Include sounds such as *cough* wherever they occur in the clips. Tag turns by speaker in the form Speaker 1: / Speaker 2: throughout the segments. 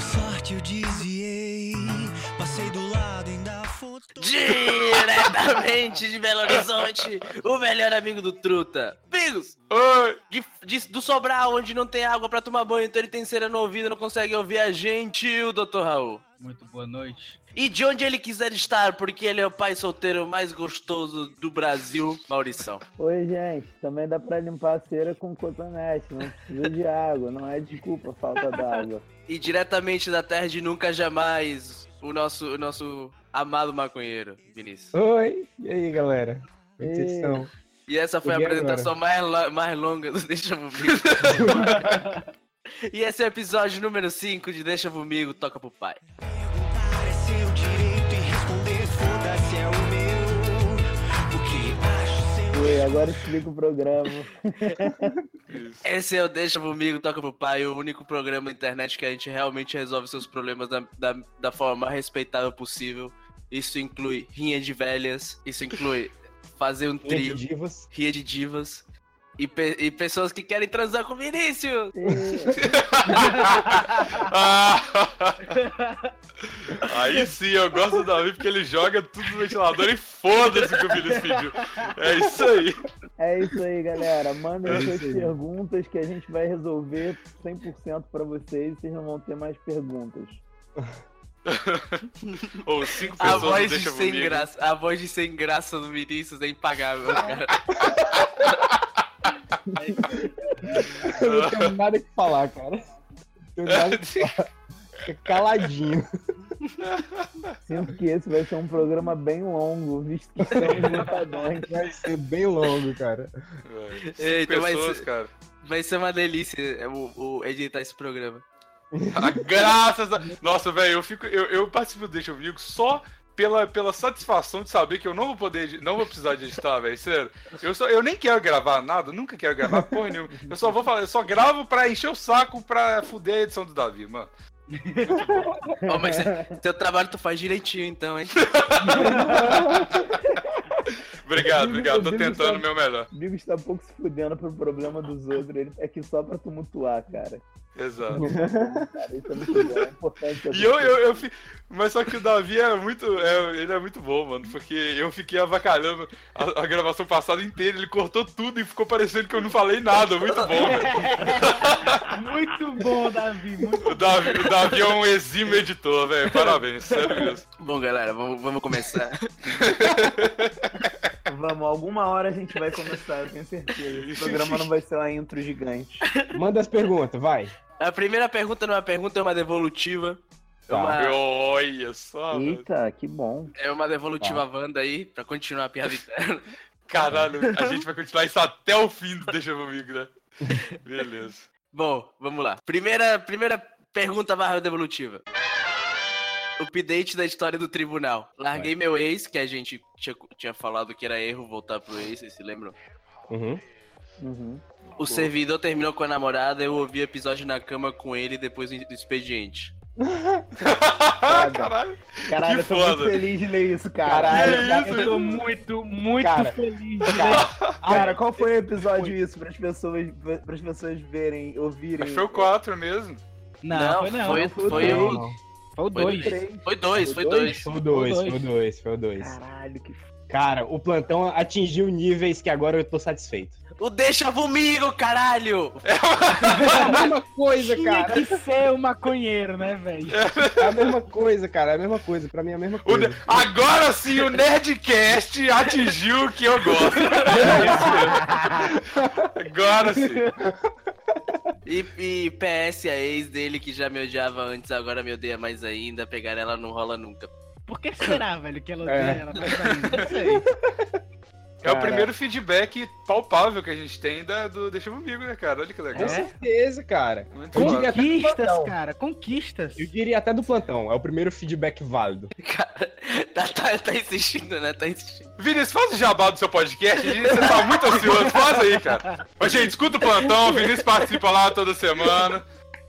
Speaker 1: sorte eu desviei. Passei do lado ainda foto.
Speaker 2: Diretamente de Belo Horizonte, o melhor amigo do Truta. Amigos! Oi! De, de- do Sobral, onde não tem água pra tomar banho, então ele tem cera no ouvido, não consegue ouvir a gente, o Dr. Raul.
Speaker 3: Muito boa noite.
Speaker 2: E de onde ele quiser estar, porque ele é o pai solteiro mais gostoso do Brasil, Maurição.
Speaker 4: Oi, gente. Também dá pra limpar a cera com cotonete. Não precisa de água. Não é desculpa a falta
Speaker 5: *laughs*
Speaker 4: d'água.
Speaker 2: E diretamente da terra de nunca jamais, o nosso, o nosso amado maconheiro, Vinícius.
Speaker 5: Oi! E aí, galera? Como vocês
Speaker 4: E-
Speaker 5: estão?
Speaker 2: E essa foi a
Speaker 5: E agora?
Speaker 2: apresentação mais, lo- mais longa do Deixa Comigo. *laughs* e esse é o episódio número 5 de Deixa Comigo, Toca pro Pai.
Speaker 1: Perguntar é seu direito e responder, foda-se, é o meu. O que acho seu.
Speaker 4: Oi, agora explica o programa.
Speaker 2: Esse é o Deixa Comigo, Toca pro Pai, o único programa da internet que a gente realmente resolve seus problemas da, da, da forma mais respeitável possível. Isso inclui rinha de velhas, isso inclui fazer um
Speaker 5: Oi, de
Speaker 2: trio,
Speaker 5: divas.
Speaker 2: rinha de divas. E, pe- e pessoas que querem transar com o Vinícius!
Speaker 4: E-
Speaker 6: Ah! Aí sim, eu gosto do Davi porque ele joga tudo no ventilador e foda-se o que o Vinícius pediu. É isso aí.
Speaker 4: É isso aí, galera. Mandem
Speaker 5: É
Speaker 4: suas
Speaker 5: isso aí.
Speaker 4: perguntas que a gente vai resolver 100% pra vocês. Vocês não vão ter mais perguntas.
Speaker 6: Ou cinco
Speaker 2: A
Speaker 6: pessoas não
Speaker 2: voz, de
Speaker 6: deixam
Speaker 2: sem
Speaker 6: comigo.
Speaker 2: graça, a voz de sem graça do Vinícius é impagável, cara.
Speaker 5: Eu não tenho nada que falar, cara. Não tenho nada que falar. Fica caladinho.
Speaker 4: Sinto que esse vai ser um programa bem longo, visto que estamos lutadões.
Speaker 5: Vai ser bem longo, cara.
Speaker 6: É, cinco
Speaker 2: Eita, mas-
Speaker 6: pessoas, cara.
Speaker 2: Vai ser uma delícia é, o, o editar esse programa.
Speaker 6: Ah, graças a... Nossa, velho, eu fico. Eu, eu participo do Deixa Comigo só pela, pela satisfação de saber que eu não vou poder, edi- não vou precisar de editar, velho. Sério. Eu, só, eu nem quero gravar nada, nunca quero gravar porra nenhuma. Eu só vou falar, eu só gravo pra encher o saco pra fuder a edição do Davi, mano.
Speaker 2: Ó, mas cê- teu trabalho tu faz direitinho então, hein?
Speaker 6: Obrigado, obrigado. Tô tentando o meu melhor.
Speaker 4: O Bigo está pouco se fudendo pro problema dos outros. Ele é aqui só pra tumultuar, cara.
Speaker 6: Exato.
Speaker 4: Cara, isso é muito bom. É importante.
Speaker 6: E eu, eu, eu fi- Mas só que o Davi é muito. é, ele é muito bom, mano. Porque eu fiquei avacalhando a, a gravação passada inteira, ele cortou tudo e ficou parecendo que eu não falei nada. Muito bom, velho.
Speaker 3: Muito bom, Davi. Muito
Speaker 6: O Davi, o Davi é um exímio editor, velho. Parabéns, sério mesmo.
Speaker 2: Bom, galera, vamos, vamos começar.
Speaker 4: Vamos, alguma hora a gente vai começar, eu tenho certeza. Esse programa não vai ser uma intro gigante.
Speaker 5: Manda as perguntas, vai.
Speaker 2: A primeira pergunta não é uma pergunta, é uma devolutiva. É
Speaker 5: Tá.
Speaker 6: Meu,
Speaker 2: uma,
Speaker 6: Olha só, velho.
Speaker 4: Eita, que bom.
Speaker 2: é uma devolutiva Wanda aí, pra continuar a piada interna.
Speaker 6: Caralho, a gente vai continuar isso até o fim do Deixa comigo, né? Beleza.
Speaker 2: Bom, vamos lá. Primeira, primeira pergunta barra devolutiva. Update da história do tribunal. Larguei meu ex, que a gente tinha, tinha falado que era erro voltar pro ex, vocês se lembram?
Speaker 5: Uhum.
Speaker 4: Uhum.
Speaker 2: O servidor terminou com a namorada, eu ouvi o episódio na cama com ele depois do expediente.
Speaker 6: Ah, Caralho.
Speaker 4: Caralho,
Speaker 6: Que
Speaker 4: eu tô muito
Speaker 6: foda.
Speaker 4: feliz de ler isso, cara.
Speaker 5: Caralho,
Speaker 6: Que
Speaker 5: cara,
Speaker 6: isso,
Speaker 5: eu tô muito.
Speaker 3: muito, muito
Speaker 5: Cara.
Speaker 3: feliz. né?
Speaker 5: Cara,
Speaker 4: Cara, qual foi o episódio isso para as pessoas, para pessoas verem, ouvirem?
Speaker 6: Acho que foi o 4 mesmo.
Speaker 3: Não, foi não.
Speaker 2: Foi,
Speaker 4: foi o
Speaker 2: foi
Speaker 5: não,
Speaker 2: o-
Speaker 5: não.
Speaker 3: Foi
Speaker 2: foi
Speaker 3: o dois.
Speaker 4: Três.
Speaker 2: foi dois,
Speaker 4: Foi
Speaker 2: foi dois.
Speaker 5: Foi o dois, foi o dois, foi o dois.
Speaker 4: Caralho, que
Speaker 5: Cara, o plantão atingiu níveis que agora eu tô satisfeito.
Speaker 2: O deixa comigo, caralho!
Speaker 5: É a mesma coisa,
Speaker 3: Tinha
Speaker 5: cara.
Speaker 3: que ser o maconheiro, né, velho?
Speaker 5: É a mesma coisa, cara. É a mesma coisa. Pra mim é a mesma
Speaker 6: O
Speaker 5: coisa.
Speaker 6: ne- Agora sim, o Nerdcast atingiu o que eu gosto. É isso mesmo. Agora sim.
Speaker 2: E, e PS, a ex dele que já me odiava antes, agora me odeia mais ainda. Pegar ela não rola nunca. *laughs*
Speaker 3: Por que será, velho, que ela
Speaker 5: É.
Speaker 3: odeia ela mais ainda? Não sei.
Speaker 6: É o
Speaker 5: Cara.
Speaker 6: primeiro feedback palpável que a gente tem da, do Deixa Comigo, né, cara? Olha que legal.
Speaker 5: Com certeza, cara.
Speaker 6: Muito
Speaker 5: Com-
Speaker 6: bom.
Speaker 3: Conquistas, cara, conquistas.
Speaker 5: Eu diria até do plantão. É o primeiro feedback válido.
Speaker 2: Tá, tá, tá insistindo, né? Tá insistindo.
Speaker 6: Vinícius, faz o jabá do seu podcast. gente. Você tá muito ansioso. Faz aí, cara. Mas, gente, escuta o plantão. O Vinícius participa lá toda semana.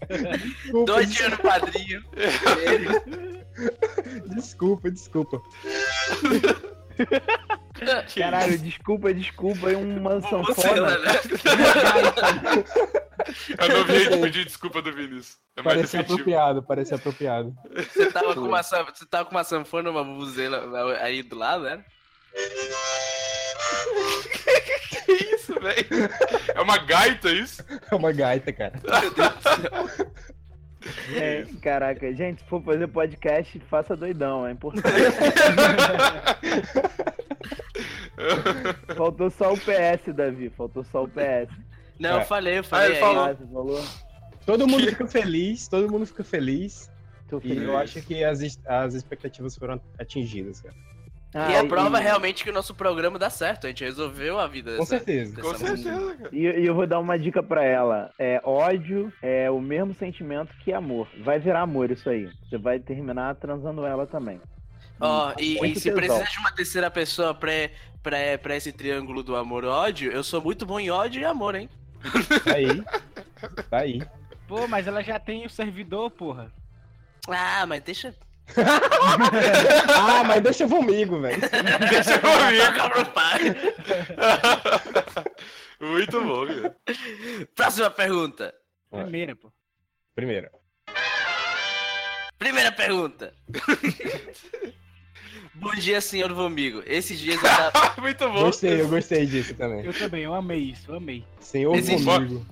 Speaker 5: Desculpa,
Speaker 2: Dois dinheiro no padrinho.
Speaker 5: desculpa, desculpa.
Speaker 6: Que é
Speaker 4: Tá Caralho, desculpa, desculpa, e uma
Speaker 2: Você,
Speaker 4: sanfona.
Speaker 2: né?
Speaker 6: isso. Eu não vi ele pedir desculpa do Vinícius. É mais
Speaker 5: Parece um
Speaker 6: efetivo.
Speaker 5: apropriado, parece apropriado.
Speaker 2: Você tava com uma, sam- você tava com uma sanfona, uma buzela aí do lado, né?
Speaker 6: Que isso, velho? É uma gaita isso?
Speaker 5: É uma gaita, cara.
Speaker 4: É, caraca, gente, se for fazer podcast, faça doidão, é importante. faltou só o PS, Davi, faltou só o PS.
Speaker 2: Não,
Speaker 5: É.
Speaker 2: eu falei, eu
Speaker 6: Ah,
Speaker 2: falei.
Speaker 6: ele
Speaker 2: aí,
Speaker 6: falou.
Speaker 2: ó.
Speaker 4: Ah, você falou?
Speaker 5: Todo mundo fica feliz, todo mundo fica feliz.
Speaker 4: Tô
Speaker 5: E
Speaker 4: feliz.
Speaker 5: eu acho que as, es- as expectativas foram atingidas, cara.
Speaker 4: Ah,
Speaker 2: e a prova é realmente que o nosso programa dá certo. A gente resolveu a vida
Speaker 5: Com
Speaker 2: dessa-
Speaker 5: certeza.
Speaker 6: Com certeza, cara.
Speaker 4: E e eu vou dar uma dica pra ela. É, ódio é o mesmo sentimento que amor. Vai virar amor isso aí. Você vai terminar transando ela também.
Speaker 2: Ó, e,
Speaker 4: Hum, Muito
Speaker 2: e se
Speaker 4: tesão.
Speaker 2: precisar de uma terceira pessoa pra, pra, pra esse triângulo do amor-ódio, eu sou muito bom em ódio e amor, hein?
Speaker 5: Tá aí. Tá aí.
Speaker 3: Pô, mas ela já tem o servidor, porra.
Speaker 2: Ah, mas *laughs* deixa.
Speaker 5: Ah, mas deixa comigo, velho.
Speaker 6: Deixa eu ouvir.
Speaker 2: Toca pro pai.
Speaker 6: *laughs* Muito bom, cara.
Speaker 2: Próxima pergunta.
Speaker 5: Ué.
Speaker 3: Primeira, pô.
Speaker 5: Primeiro.
Speaker 2: Primeira pergunta.
Speaker 4: *laughs*
Speaker 2: Bom dia, senhor Vomigo. Esses dias eu tava.
Speaker 4: *laughs*
Speaker 6: *laughs* Muito bom.
Speaker 5: Gostei, eu gostei disso também.
Speaker 3: Eu também, eu amei isso, eu amei.
Speaker 5: Senhor
Speaker 2: Existe-
Speaker 5: comigo.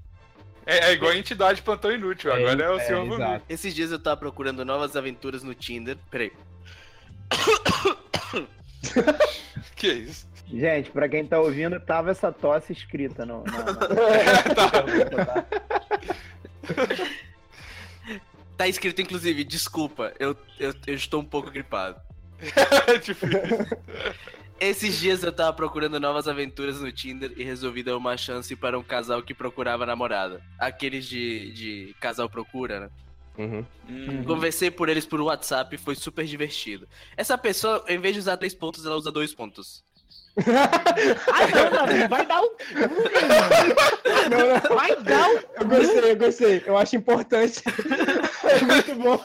Speaker 6: É, é igual a entidade plantão inútil. Agora é, o senhor Vomir.
Speaker 5: exato.
Speaker 2: Esses dias eu tava procurando novas aventuras no Tinder. Peraí.
Speaker 6: Que isso? *laughs*
Speaker 4: Gente, pra quem tá ouvindo, tava essa tosse escrita no. na-
Speaker 2: *laughs*
Speaker 4: *laughs* na-
Speaker 2: Tá escrito, inclusive, desculpa, eu, eu, eu estou um pouco gripado.
Speaker 6: É difícil.
Speaker 2: Esses dias eu tava procurando novas aventuras no Tinder e resolvi dar uma chance para um casal que procurava namorada. Aqueles de, de casal procura, né?
Speaker 5: Uhum.
Speaker 2: Conversei por eles por WhatsApp e foi super divertido. Essa pessoa, em vez de usar três pontos, ela usa dois pontos.
Speaker 3: Ai, não, Davi, vai dar o.
Speaker 5: Não, não, *laughs*
Speaker 3: Vai dar o.
Speaker 5: eu gostei, eu gostei. Eu acho importante. *laughs* É muito bom.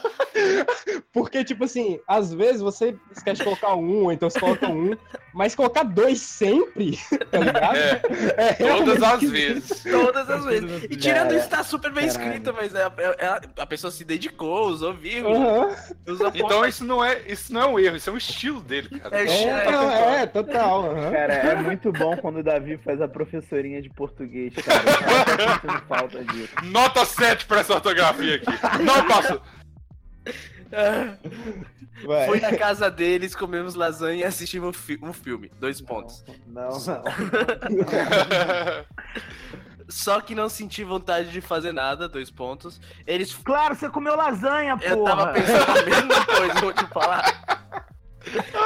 Speaker 5: Porque, tipo assim, às vezes você esquece de colocar um, ou então você coloca um, mas colocar dois sempre, *laughs* tá ligado?
Speaker 6: É,
Speaker 5: É,
Speaker 6: todas
Speaker 5: realmente
Speaker 6: as
Speaker 5: esquisito.
Speaker 6: vezes.
Speaker 2: Todas as vezes. E tirando isso, tá super bem
Speaker 4: Caralho.
Speaker 2: escrito, mas é- é- é- a pessoa se dedicou, usou vírgula,
Speaker 5: Aham.
Speaker 2: usou
Speaker 6: Então isso não é, isso não é um erro, isso é um estilo dele, cara.
Speaker 2: É
Speaker 5: É,
Speaker 2: Chefe.
Speaker 5: não, é, total. aham.
Speaker 4: Cara, *laughs* é muito bom quando o Davi faz a professorinha de português, cara. Eu tava sentindo falta disso.
Speaker 6: Nota 7 pra essa ortografia aqui. Não passa.
Speaker 5: Vai.
Speaker 2: Fui na casa deles, comemos lasanha e assistimos um, fi- um filme. Dois pontos.
Speaker 4: Não, não.
Speaker 2: Só que não senti vontade de fazer nada. Dois pontos. Eles.
Speaker 4: Claro, você comeu lasanha,
Speaker 2: Eu
Speaker 4: porra!
Speaker 2: tava pensando a mesma coisa, vou te falar.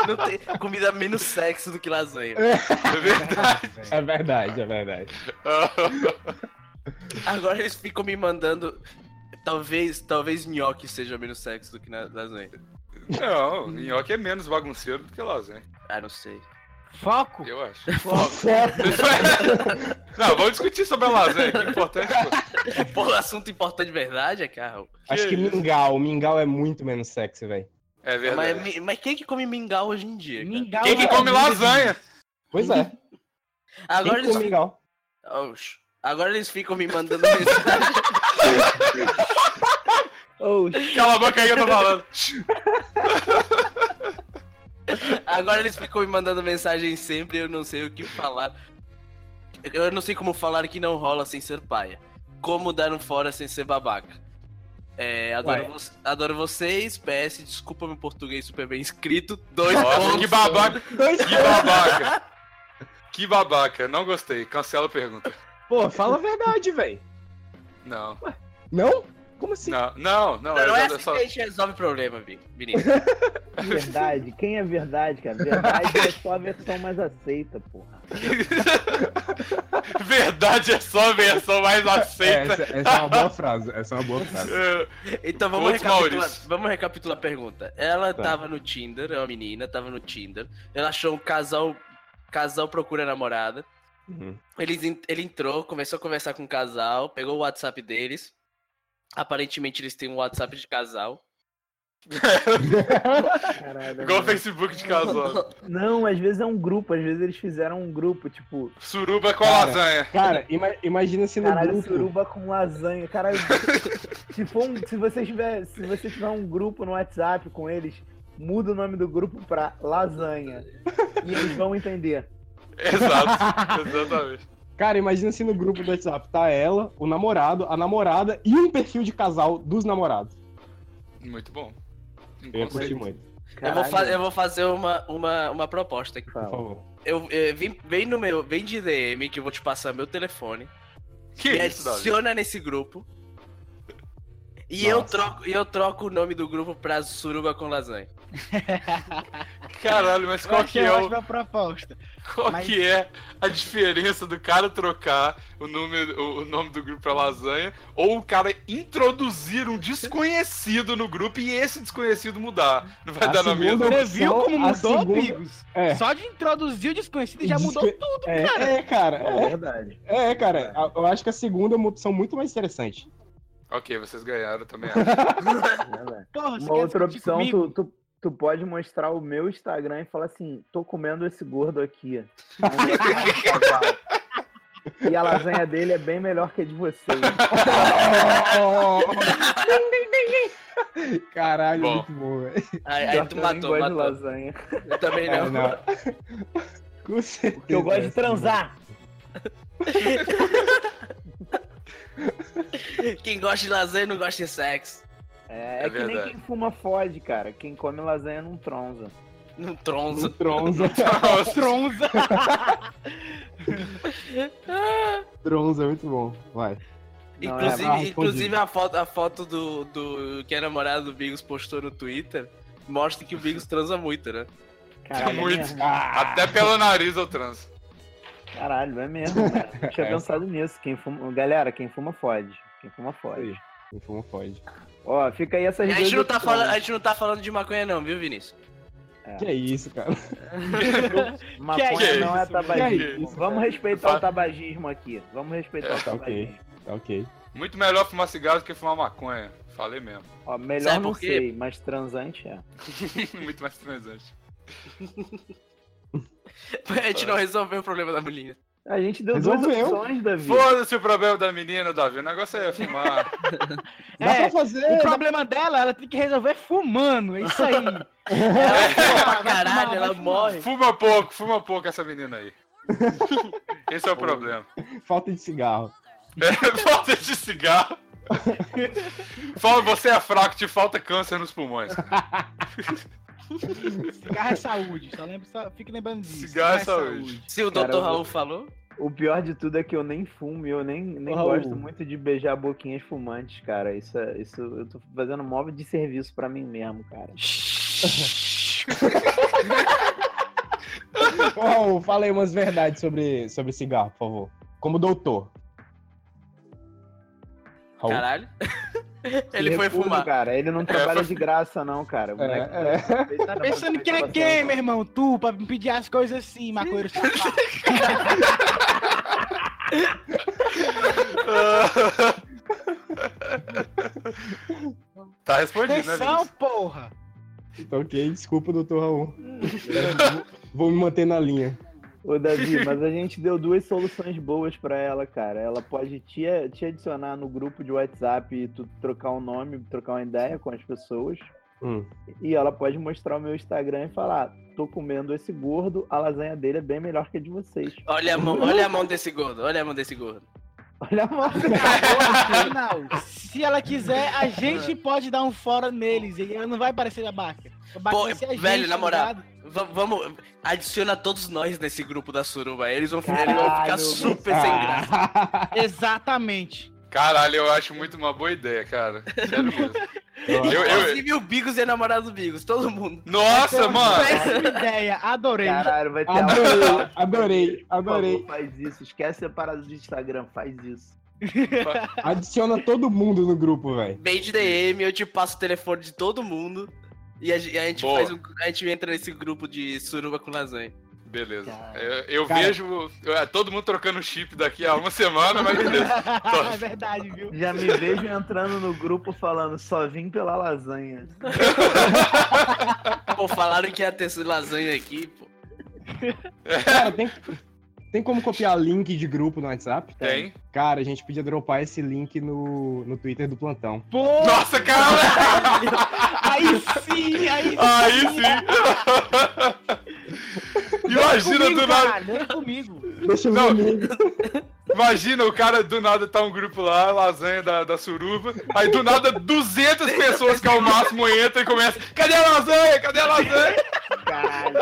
Speaker 2: Não tem comida menos sexo do que lasanha.
Speaker 6: É verdade.
Speaker 5: É verdade, é verdade.
Speaker 2: Agora eles ficam me mandando. Talvez, talvez nhoque seja menos sexo do que na lasanha.
Speaker 6: Não, minhoca é menos bagunceiro do que lasanha,
Speaker 2: Ah, não sei.
Speaker 3: Foco!
Speaker 6: eu
Speaker 5: *laughs*
Speaker 6: acho.
Speaker 5: Certo.
Speaker 6: Não, vamos discutir sobre a lasanha, que é importante. pô.
Speaker 2: Pô, *laughs* assunto importante de verdade é carro.
Speaker 5: Acho que
Speaker 6: isso?
Speaker 5: mingau, mingau é muito menos sexy, velho.
Speaker 6: É
Speaker 2: Mas,
Speaker 6: verdade.
Speaker 2: mi- mas quem que come mingau hoje em dia? cara?
Speaker 3: Mingau
Speaker 6: Quem que
Speaker 3: na
Speaker 6: come
Speaker 3: vida,
Speaker 6: lasanha?
Speaker 5: Pois é.
Speaker 2: Agora
Speaker 5: Quem
Speaker 2: eles
Speaker 5: com mingau.
Speaker 2: Oxe. Agora eles ficam me mandando *laughs* mensagem.
Speaker 4: Oh,
Speaker 6: Cala a boca aí que eu tô falando.
Speaker 2: Agora eles ficam me mandando mensagem sempre, eu não sei o que falar. Eu não sei como falar que não rola sem ser paia. Como dar um fora sem ser babaca. É, adoro,
Speaker 5: Ué.
Speaker 2: vo- adoro vocês, PS, desculpa meu português super bem escrito. Dois
Speaker 6: Nossa,
Speaker 2: pontos.
Speaker 6: que babaca.
Speaker 5: Dois-
Speaker 6: Que babaca. Que babaca. Não gostei. Cancela a pergunta.
Speaker 5: Pô, fala a verdade, velho.
Speaker 6: Não.
Speaker 5: Não? Como assim?
Speaker 6: Não, não, não.
Speaker 2: Não é
Speaker 6: eu- eu
Speaker 2: assim que
Speaker 6: só-
Speaker 2: a gente resolve problema, Vi- Vinícius.
Speaker 4: É verdade. Quem é verdade, cara? Verdade é só a versão mais aceita, porra.
Speaker 6: Verdade é só a versão mais aceita.
Speaker 5: essa, essa é uma boa frase. Essa é uma boa frase.
Speaker 6: É,
Speaker 2: Então vamos
Speaker 6: Outros
Speaker 2: recapitular,
Speaker 6: Maurício.
Speaker 2: vamos recapitular a pergunta. Ela
Speaker 5: Tá.
Speaker 2: tava no Tinder, é uma menina, tava no Tinder. Ela achou um casal, casal procura namorada.
Speaker 5: Uhum.
Speaker 2: Eles en- ele entrou, começou a conversar com o casal, pegou o WhatsApp deles. Aparentemente eles têm um WhatsApp de casal.
Speaker 4: Caralho.
Speaker 6: Igual o
Speaker 4: mano.
Speaker 6: Facebook de casal.
Speaker 4: Não, às vezes é um grupo, às vezes eles fizeram um grupo, tipo,
Speaker 6: Suruba com
Speaker 5: Cara.
Speaker 6: lasanha.
Speaker 5: Cara, ima- imagina se no
Speaker 4: caralho,
Speaker 5: grupo.
Speaker 4: suruba com
Speaker 2: *laughs*
Speaker 4: lasanha. Caralho, se, for um- se, você tiver, se você tiver um grupo no WhatsApp com eles, muda o nome do grupo pra lasanha. E eles vão entender.
Speaker 6: Exato. Exatamente.
Speaker 5: Cara, imagina se no grupo do WhatsApp tá ela, o namorado, a namorada e um perfil de casal dos namorados.
Speaker 6: Muito bom. Um
Speaker 5: Eu ia curtir
Speaker 6: conceito.
Speaker 5: muito,
Speaker 2: Eu vou,
Speaker 4: Caralho.
Speaker 2: fa- eu vou fazer uma, uma, uma proposta aqui.
Speaker 5: por
Speaker 4: Fala.
Speaker 5: favor.
Speaker 2: Eu, eh, vem, vem no meu, vem de DM que eu vou te passar meu telefone.
Speaker 6: Que
Speaker 2: me
Speaker 6: isso, Davi?
Speaker 2: adiciona nesse grupo. E eu,
Speaker 5: Nossa.
Speaker 2: troco, e eu troco o nome do grupo pra Suruba com
Speaker 4: *laughs*
Speaker 2: Lasanha.
Speaker 6: Caralho, mas
Speaker 3: Eu
Speaker 6: qual que
Speaker 3: achei
Speaker 6: é, o-
Speaker 3: ótima proposta.
Speaker 6: qual
Speaker 3: mas-
Speaker 6: que é a diferença do cara trocar o, número, o, o nome do grupo pra lasanha ou o cara introduzir um desconhecido no grupo e esse desconhecido mudar? Não vai
Speaker 5: A
Speaker 6: dar na
Speaker 5: segunda-
Speaker 6: mesma?
Speaker 5: opção,
Speaker 3: Você viu Então, como
Speaker 5: a
Speaker 3: mudou,
Speaker 5: segunda-
Speaker 3: amigos?
Speaker 5: É.
Speaker 3: Só de introduzir o desconhecido já
Speaker 5: Desco-
Speaker 3: mudou tudo,
Speaker 5: É,
Speaker 3: cara.
Speaker 5: é, cara.
Speaker 4: É
Speaker 5: É,
Speaker 4: verdade.
Speaker 5: é, cara. a- Eu acho que a segunda é uma opção muito
Speaker 6: *laughs*
Speaker 5: mais interessante.
Speaker 6: Ok, vocês ganharam também.
Speaker 5: *laughs*
Speaker 6: acho.
Speaker 4: é verdade.
Speaker 3: Porra, você
Speaker 4: Uma
Speaker 3: quer
Speaker 4: outra
Speaker 3: discutir
Speaker 4: opção,
Speaker 3: comigo?
Speaker 4: tu, tu, tu pode mostrar o meu Instagram e falar assim: tô comendo esse gordo aqui.
Speaker 5: Tá
Speaker 4: E a lasanha dele é bem melhor que a de vocês.
Speaker 5: Caralho,
Speaker 6: Bom.
Speaker 5: muito bom, velho.
Speaker 2: *laughs* Aí, aí
Speaker 4: Pior que
Speaker 2: tu
Speaker 4: eu nem
Speaker 2: matou,
Speaker 4: gosto de
Speaker 2: matou.
Speaker 4: lasanha.
Speaker 2: Eu também
Speaker 5: Cara,
Speaker 2: não.
Speaker 5: não. *laughs* Com
Speaker 4: É,
Speaker 5: certeza. né?
Speaker 4: Porque eu gosto de transar.
Speaker 2: Quem gosta de lasanha não gosta de sexo.
Speaker 4: É,
Speaker 6: É
Speaker 4: é que nem
Speaker 6: verdade.
Speaker 4: quem fuma fode, cara. Quem come lasanha não tronza.
Speaker 2: Não tronza.
Speaker 5: Um Tronza.
Speaker 3: Tronza.
Speaker 5: Tronza, é muito bom. Vai.
Speaker 4: Não,
Speaker 2: inclusive,
Speaker 5: é, ah,
Speaker 2: inclusive a foto, a foto do, do que a namorada do Bigos postou no Twitter mostra que o Bigos transa muito, né?
Speaker 4: Caralho,
Speaker 6: Muito.
Speaker 4: é mesmo.
Speaker 6: Até pelo nariz eu transo.
Speaker 4: Caralho, é mesmo. Né?
Speaker 2: *laughs*
Speaker 4: Não tinha
Speaker 5: É.
Speaker 4: pensado nisso. Quem fuma... Galera, quem fuma fode. Quem fuma fode.
Speaker 5: Quem fuma pode.
Speaker 4: Ó, fica aí essas
Speaker 2: A
Speaker 4: duas
Speaker 2: gente, não tá
Speaker 4: opções.
Speaker 2: falando, a gente não tá falando de maconha não, viu, Vinícius? *laughs*
Speaker 4: Ah.
Speaker 5: Que é isso, cara.
Speaker 4: Maconha
Speaker 6: Que é
Speaker 4: não é
Speaker 3: isso,
Speaker 6: que é
Speaker 4: tabagismo.
Speaker 6: isso,
Speaker 4: Vamos
Speaker 5: cara?
Speaker 4: respeitar o tabagismo aqui. Vamos respeitar
Speaker 2: É,
Speaker 4: o
Speaker 5: ok.
Speaker 4: tabagismo.
Speaker 5: Tá ok.
Speaker 6: Muito melhor fumar cigarro do que fumar maconha. Falei mesmo. *laughs*
Speaker 4: Ó, melhor
Speaker 2: Sabe
Speaker 4: não
Speaker 2: por quê?
Speaker 4: sei, mas transante é.
Speaker 6: Muito mais transante.
Speaker 2: A gente não resolveu o problema da mulher.
Speaker 4: A gente deu duas
Speaker 5: Resolveu.
Speaker 4: opções, Davi.
Speaker 6: Foda-se o problema da menina, Davi. O negócio é fumar.
Speaker 5: *laughs* Dá
Speaker 3: É,
Speaker 5: pra fazer.
Speaker 3: O
Speaker 5: dá-
Speaker 3: problema dela, ela tem que resolver fumando, é isso aí. Ela fuma pra
Speaker 2: Caralho, ela
Speaker 3: vai fumar.
Speaker 2: morre.
Speaker 6: Fuma pouco, fuma pouco essa menina
Speaker 5: *laughs*
Speaker 6: aí. Esse é o problema.
Speaker 5: Falta de cigarro.
Speaker 6: É, *laughs* falta de cigarro. Fala, você é fraco, te falta câncer nos pulmões.
Speaker 3: Cigarro é saúde, só lembra, só, fique lembrando disso.
Speaker 6: Cigarro é saúde.
Speaker 2: Se o
Speaker 4: Cara,
Speaker 2: Dr.
Speaker 4: eu-
Speaker 2: Raul falou,
Speaker 4: O pior de tudo é que eu nem fumo, e eu nem, nem
Speaker 5: Raul.
Speaker 4: gosto muito de beijar boquinhas fumantes, cara. Isso, é- isso eu tô fazendo móvel de serviço pra mim mesmo, cara.
Speaker 5: Oh, fala aí umas verdades sobre, sobre cigarro, por favor. Como doutor. Raul?
Speaker 2: caralho.
Speaker 4: Que
Speaker 2: Ele foi
Speaker 4: recurso,
Speaker 2: fumar. É,
Speaker 4: Cara, ele não trabalha de graça, não, cara. O
Speaker 5: É,
Speaker 4: moleque
Speaker 5: é.
Speaker 3: Tá pensando que é quem, meu irmão? Tu, pra me pedir as coisas assim, maconheiro. safado.
Speaker 6: tá respondido, né,
Speaker 3: Atenção,
Speaker 6: Vinícius?
Speaker 3: porra!
Speaker 5: Tá ok, desculpa, doutor Raul. Vou me manter na linha.
Speaker 4: Ô,
Speaker 2: *laughs*
Speaker 4: Davi, mas a gente deu duas soluções boas pra ela, cara. Ela pode te, te adicionar no grupo de WhatsApp e tu trocar um nome, trocar uma ideia com as pessoas.
Speaker 5: Hum.
Speaker 4: E ela pode mostrar o meu Instagram e falar: tô comendo esse gordo, a lasanha dele é bem melhor que a de vocês. *laughs*
Speaker 2: Olha a, mão, olha a mão desse gordo, olha a mão desse gordo.
Speaker 4: Olha a mão.
Speaker 3: *laughs* Afinal, Ah, se ela quiser, a gente pode dar um fora neles. E ela não vai parecer a Baca. A Baca
Speaker 2: Pô,
Speaker 3: vai ser a
Speaker 2: velho,
Speaker 3: gente,
Speaker 2: na
Speaker 3: tá
Speaker 2: moral.
Speaker 3: ligado?
Speaker 2: Va- vamos, adiciona todos nós nesse grupo da suruba. Eles vão, eles vão ficar
Speaker 4: Caralho,
Speaker 2: super sem
Speaker 5: Ah.
Speaker 2: graça.
Speaker 5: *laughs*
Speaker 3: Exatamente.
Speaker 6: Caralho, eu acho muito uma boa ideia, cara. Sério mesmo.
Speaker 5: Ah.
Speaker 6: Eu- eu-
Speaker 2: Inclusive o Bigos e a namorada do Bigos, todo mundo.
Speaker 6: Nossa, mano.
Speaker 3: Péssima é ideia, adorei. *laughs*
Speaker 4: Caralho, vai ter
Speaker 5: Adorei,
Speaker 4: aula.
Speaker 5: adorei,
Speaker 4: Por favor,
Speaker 5: adorei.
Speaker 4: Faz isso, esquece a parada do Instagram, faz isso.
Speaker 5: Adiciona todo mundo no grupo, velho.
Speaker 2: Bem de DM, eu te passo o telefone de todo mundo. E a, ge- a gente
Speaker 6: Boa.
Speaker 2: faz um, A gente entra nesse grupo de suruba com lasanha.
Speaker 6: Beleza. Eu, eu vejo eu- é, todo mundo trocando chip daqui a uma semana, mas beleza.
Speaker 3: é verdade, viu?
Speaker 4: Já me vejo entrando no grupo falando, só vim pela lasanha.
Speaker 2: Pô, falaram que ia ter essa lasanha aqui, pô.
Speaker 5: Cara, tem, tem como copiar link de grupo no WhatsApp?
Speaker 6: Tem.
Speaker 5: Cara, a gente podia dropar esse link no, no Twitter do plantão.
Speaker 3: Pô,
Speaker 6: Nossa, cara!
Speaker 3: aí sim, aí sim.
Speaker 6: Aí sim! Imagina
Speaker 3: comigo,
Speaker 6: do nada.
Speaker 3: caralho, vem comigo.
Speaker 5: Deixa eu
Speaker 6: Não.
Speaker 5: ver.
Speaker 6: *laughs* Imagina o cara do nada tá um grupo lá, lasanha da, da suruba. Aí do nada 200 pessoas que é o máximo entram e começa: cadê a lasanha? Cadê a lasanha?
Speaker 2: *laughs*
Speaker 4: Caralho.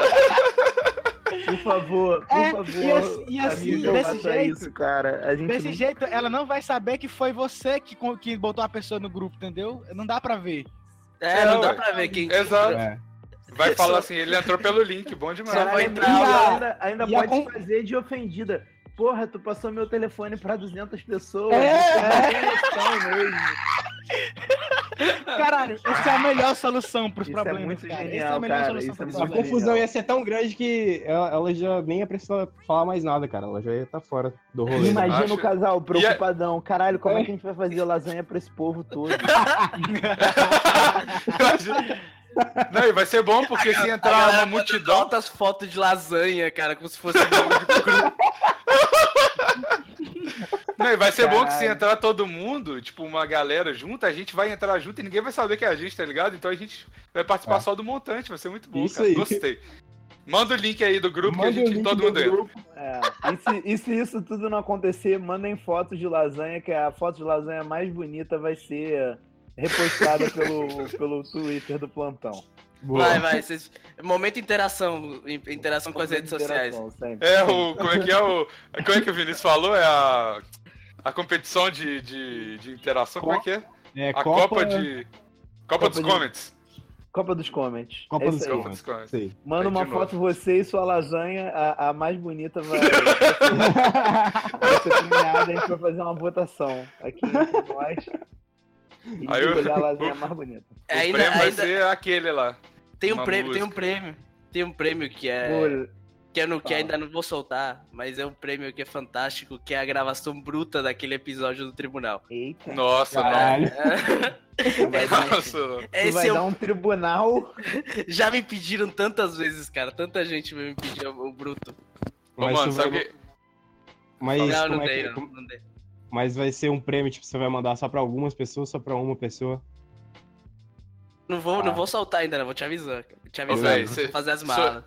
Speaker 4: Por favor, por
Speaker 3: É, e
Speaker 4: favor.
Speaker 3: assim- e assim,
Speaker 4: amigo, não
Speaker 3: desse
Speaker 4: faça
Speaker 3: jeito-
Speaker 4: isso, cara. A gente
Speaker 3: Desse
Speaker 4: não-
Speaker 3: jeito, ela não vai saber que foi você que, co- que botou a pessoa no grupo, entendeu? Não dá pra ver.
Speaker 2: É, não,
Speaker 6: Não,
Speaker 2: dá
Speaker 6: ué.
Speaker 2: pra ver quem.
Speaker 6: Exato.
Speaker 5: É.
Speaker 6: Vai falar assim: ele entrou pelo link, bom
Speaker 2: Só
Speaker 6: demais.
Speaker 2: vai
Speaker 4: Caralho,
Speaker 2: entrar
Speaker 5: lá.
Speaker 4: ainda, ainda
Speaker 5: E a
Speaker 4: pode
Speaker 5: con-
Speaker 4: fazer de ofendida. Porra, tu passou meu telefone pra 200 pessoas.
Speaker 5: É.
Speaker 4: Você não tem noção mesmo.
Speaker 3: Caralho, essa é a melhor solução pros
Speaker 4: Isso é
Speaker 3: problemas.
Speaker 4: muito
Speaker 3: cara.
Speaker 4: genial,
Speaker 3: essa é a melhor
Speaker 4: cara,
Speaker 3: solução
Speaker 4: isso é
Speaker 3: pros
Speaker 5: A
Speaker 4: muito
Speaker 3: problemas.
Speaker 5: confusão ia ser tão grande que ela, ela já nem ia precisar falar mais nada, cara. Ela já ia estar fora do rolê.
Speaker 4: Imagina
Speaker 6: Acho-
Speaker 4: o casal preocupadão. Caralho, como é que a gente vai fazer lasanha pra esse povo todo?
Speaker 6: *laughs* Não, e vai ser bom porque se
Speaker 2: A
Speaker 6: entrar
Speaker 2: galera
Speaker 6: uma
Speaker 2: multidão
Speaker 6: multidão.
Speaker 2: altas fotos de lasanha, cara, como se fosse um
Speaker 6: *laughs*
Speaker 2: bagulho de cru.
Speaker 6: Não, e vai ser bom que se entrar todo mundo, tipo, uma galera junto, a gente vai entrar junto e ninguém vai saber que é a gente, tá ligado? Então a gente vai participar
Speaker 5: É.
Speaker 6: só do montante, vai ser muito bom,
Speaker 5: Isso
Speaker 6: cara.
Speaker 5: aí.
Speaker 6: Gostei. Manda o link aí do grupo
Speaker 5: Manda
Speaker 6: que
Speaker 5: o
Speaker 6: a gente
Speaker 5: link
Speaker 6: todo
Speaker 5: do
Speaker 6: mundo entra.
Speaker 5: grupo.
Speaker 4: É. E, se, e se isso tudo não acontecer, mandem fotos de lasanha, que é a foto de lasanha mais bonita vai ser repostada pelo, pelo Twitter do plantão.
Speaker 5: Boa.
Speaker 2: Vai, vai. vocês- Momento interação, in- interação com as redes sociais.
Speaker 4: Interação, sempre.
Speaker 6: É, o. Como é que é o. Como é que o Vinícius falou? É a. A competição de, de, de interação, como é que é?
Speaker 5: É,
Speaker 6: A Copa,
Speaker 5: Copa,
Speaker 6: de. Copa,
Speaker 4: Copa
Speaker 6: dos
Speaker 4: de-
Speaker 6: Comments.
Speaker 4: Copa dos Comments.
Speaker 5: Copa
Speaker 4: É
Speaker 5: dos
Speaker 4: isso aí.
Speaker 6: Copa
Speaker 5: Comments.
Speaker 6: dos Comments. *laughs*
Speaker 5: *laughs* Sei.
Speaker 4: Manda
Speaker 6: Aí, de
Speaker 4: uma
Speaker 6: novo.
Speaker 4: foto você e sua lasanha, a, a mais bonita
Speaker 6: *laughs*
Speaker 4: vai, vai ser premiada. A gente vai fazer uma votação aqui entre nós. E
Speaker 6: Aí eu-
Speaker 4: escolher a lasanha mais bonita.
Speaker 6: O
Speaker 2: É, Ainda,
Speaker 6: prêmio vai
Speaker 2: ainda
Speaker 6: ser aquele lá.
Speaker 2: tem um
Speaker 6: uma
Speaker 2: prêmio, tem um
Speaker 6: música.
Speaker 2: prêmio. Tem um prêmio que é.
Speaker 4: Pô,
Speaker 2: que eu não que
Speaker 4: Fala.
Speaker 2: ainda não vou soltar, mas é um prêmio que é fantástico, que é a gravação bruta daquele episódio do tribunal.
Speaker 4: Eita,
Speaker 6: Nossa, não.
Speaker 5: Caralho.
Speaker 6: *laughs*
Speaker 2: Esse, é
Speaker 6: Nossa, não.
Speaker 4: tu vai
Speaker 2: esse
Speaker 4: dar
Speaker 2: eu,
Speaker 4: um tribunal.
Speaker 2: já me pediram tantas vezes, cara. Tanta gente me pedia o bruto.
Speaker 6: Ô,
Speaker 5: Mas,
Speaker 6: mano,
Speaker 5: tu vai-
Speaker 6: sabe que.
Speaker 5: mas
Speaker 2: não,
Speaker 5: como
Speaker 2: não
Speaker 5: é
Speaker 2: dei,
Speaker 5: que-
Speaker 2: não, não dei.
Speaker 5: Mas vai ser um prêmio, tipo, você vai mandar só pra algumas pessoas, só pra uma pessoa.
Speaker 2: Não vou, não
Speaker 5: Ah.
Speaker 2: vou soltar ainda, não. Vou te avisar. cara. Te avisar.
Speaker 6: véi,
Speaker 2: vou
Speaker 6: cê-
Speaker 2: fazer as malas.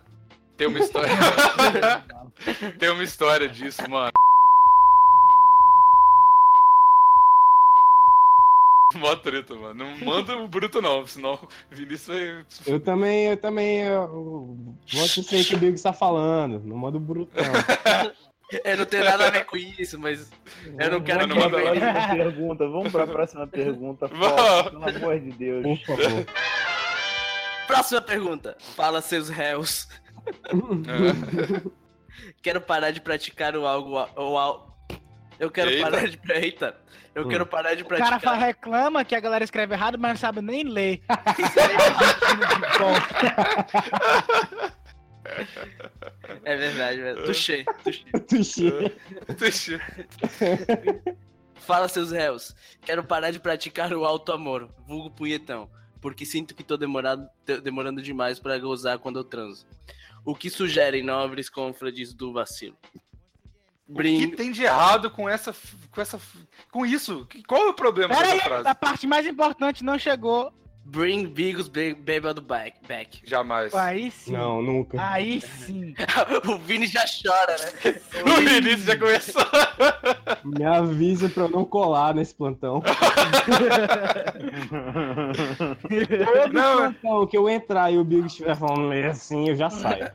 Speaker 6: Tem uma
Speaker 5: *laughs*
Speaker 6: história. Tem uma história disso, mano. Mó treta, mano. Não manda o bruto, não, senão o Vinícius vai.
Speaker 5: *laughs*
Speaker 6: *laughs*
Speaker 5: Eu também, eu também. Eu... Vou te sei que o Bigos tá falando. Não manda o brutão.
Speaker 2: Eu não tenho nada a ver com isso, mas eu não quero
Speaker 6: manda,
Speaker 2: que
Speaker 6: manda
Speaker 2: me
Speaker 4: Vamos pra
Speaker 6: lá.
Speaker 2: venha.
Speaker 4: próxima pergunta. Vamos pra próxima pergunta.
Speaker 6: Vamos.
Speaker 4: Fox, pelo amor de Deus.
Speaker 5: Por favor.
Speaker 2: Próxima pergunta. Fala seus réus.
Speaker 5: *laughs*
Speaker 6: É.
Speaker 2: Quero parar de praticar o algo. O al... Eu quero
Speaker 6: Eita.
Speaker 2: parar de. *laughs* Eita! Eu
Speaker 5: Hum.
Speaker 2: quero parar de
Speaker 3: O cara
Speaker 2: praticar.
Speaker 3: fala- reclama que a galera escreve errado, mas não sabe nem *laughs* ler.
Speaker 2: É verdade, velho. Tuxê, tuxê.
Speaker 5: Tuxi.
Speaker 6: Deixa-
Speaker 2: Fala, seus réus. Quero parar de praticar o alto amor, vulgo punhetão, porque sinto que tô demorado, te- demorando demais pra gozar quando eu transo. O que sugerem nobres confrades do vacilo?
Speaker 6: O que
Speaker 2: Brinco.
Speaker 6: tem de errado com essa. f- com essa. f- com isso? Que- Qual é o problema
Speaker 3: Pera aí,
Speaker 6: dessa frase?
Speaker 3: a
Speaker 5: tá-
Speaker 3: parte mais importante não chegou.
Speaker 2: Bring Bigos be- Bêbado back. back. *laughs*
Speaker 6: Jamais.
Speaker 3: Aí sim.
Speaker 5: Não, nunca.
Speaker 3: Aí *laughs* sim.
Speaker 2: o Vini já chora, né?
Speaker 6: *laughs* O Vinícius já começou.
Speaker 5: Me avisa pra eu não colar nesse *laughs* plantão. Todo
Speaker 6: Não, é-
Speaker 5: plantão que eu entrar e o Bigos estiver falando assim, eu já saio.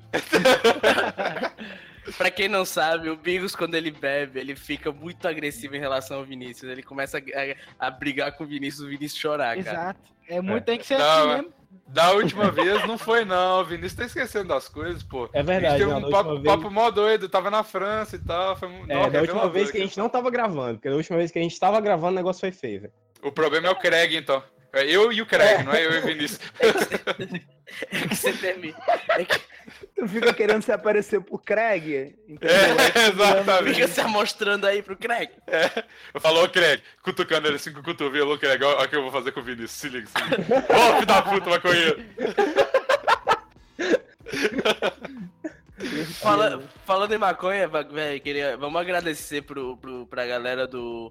Speaker 2: Pra quem não sabe, o Bigos, quando ele bebe, ele fica muito agressivo em relação ao Vinícius. Ele começa a, a- a brigar com o Vinícius, o Vinícius chorar, cara.
Speaker 3: Exato. É muito, tem que ser
Speaker 6: Não,
Speaker 3: assim
Speaker 6: mas-
Speaker 3: mesmo. *laughs*
Speaker 6: Da última vez não foi, não. O Vinícius tá esquecendo das coisas, pô.
Speaker 5: É
Speaker 6: a gente
Speaker 5: verdade.
Speaker 6: teve
Speaker 5: não,
Speaker 6: um
Speaker 5: da
Speaker 6: papo,
Speaker 5: última vez-
Speaker 6: papo mó doido, tava na França e tal. Foi... um-
Speaker 5: É,
Speaker 6: Nossa,
Speaker 5: da última
Speaker 6: revelador
Speaker 5: vez que a
Speaker 6: aquilo.
Speaker 5: gente não tava gravando, porque da última vez que a gente tava gravando o negócio foi feio, velho.
Speaker 6: O problema é o Craig, então. É
Speaker 5: *laughs*
Speaker 6: eu e o Craig, não é eu e o Vinícius.
Speaker 2: *laughs* que você termina. É que,
Speaker 4: Tu fica querendo se aparecer pro Craig, entendeu? Aí
Speaker 6: É,
Speaker 4: tu
Speaker 6: exatamente.
Speaker 2: Fica se amostrando aí pro Craig.
Speaker 6: É. Eu falo, ô Craig, cutucando ele assim com o cotovelo, ô Craig, olha o que eu vou fazer com o Vinícius, se liga, se liga. Ô, filho da puta, maconheiro. É.
Speaker 2: Fala- falando em maconha, va- velho, queria, vamos agradecer pro, pro, pra galera do,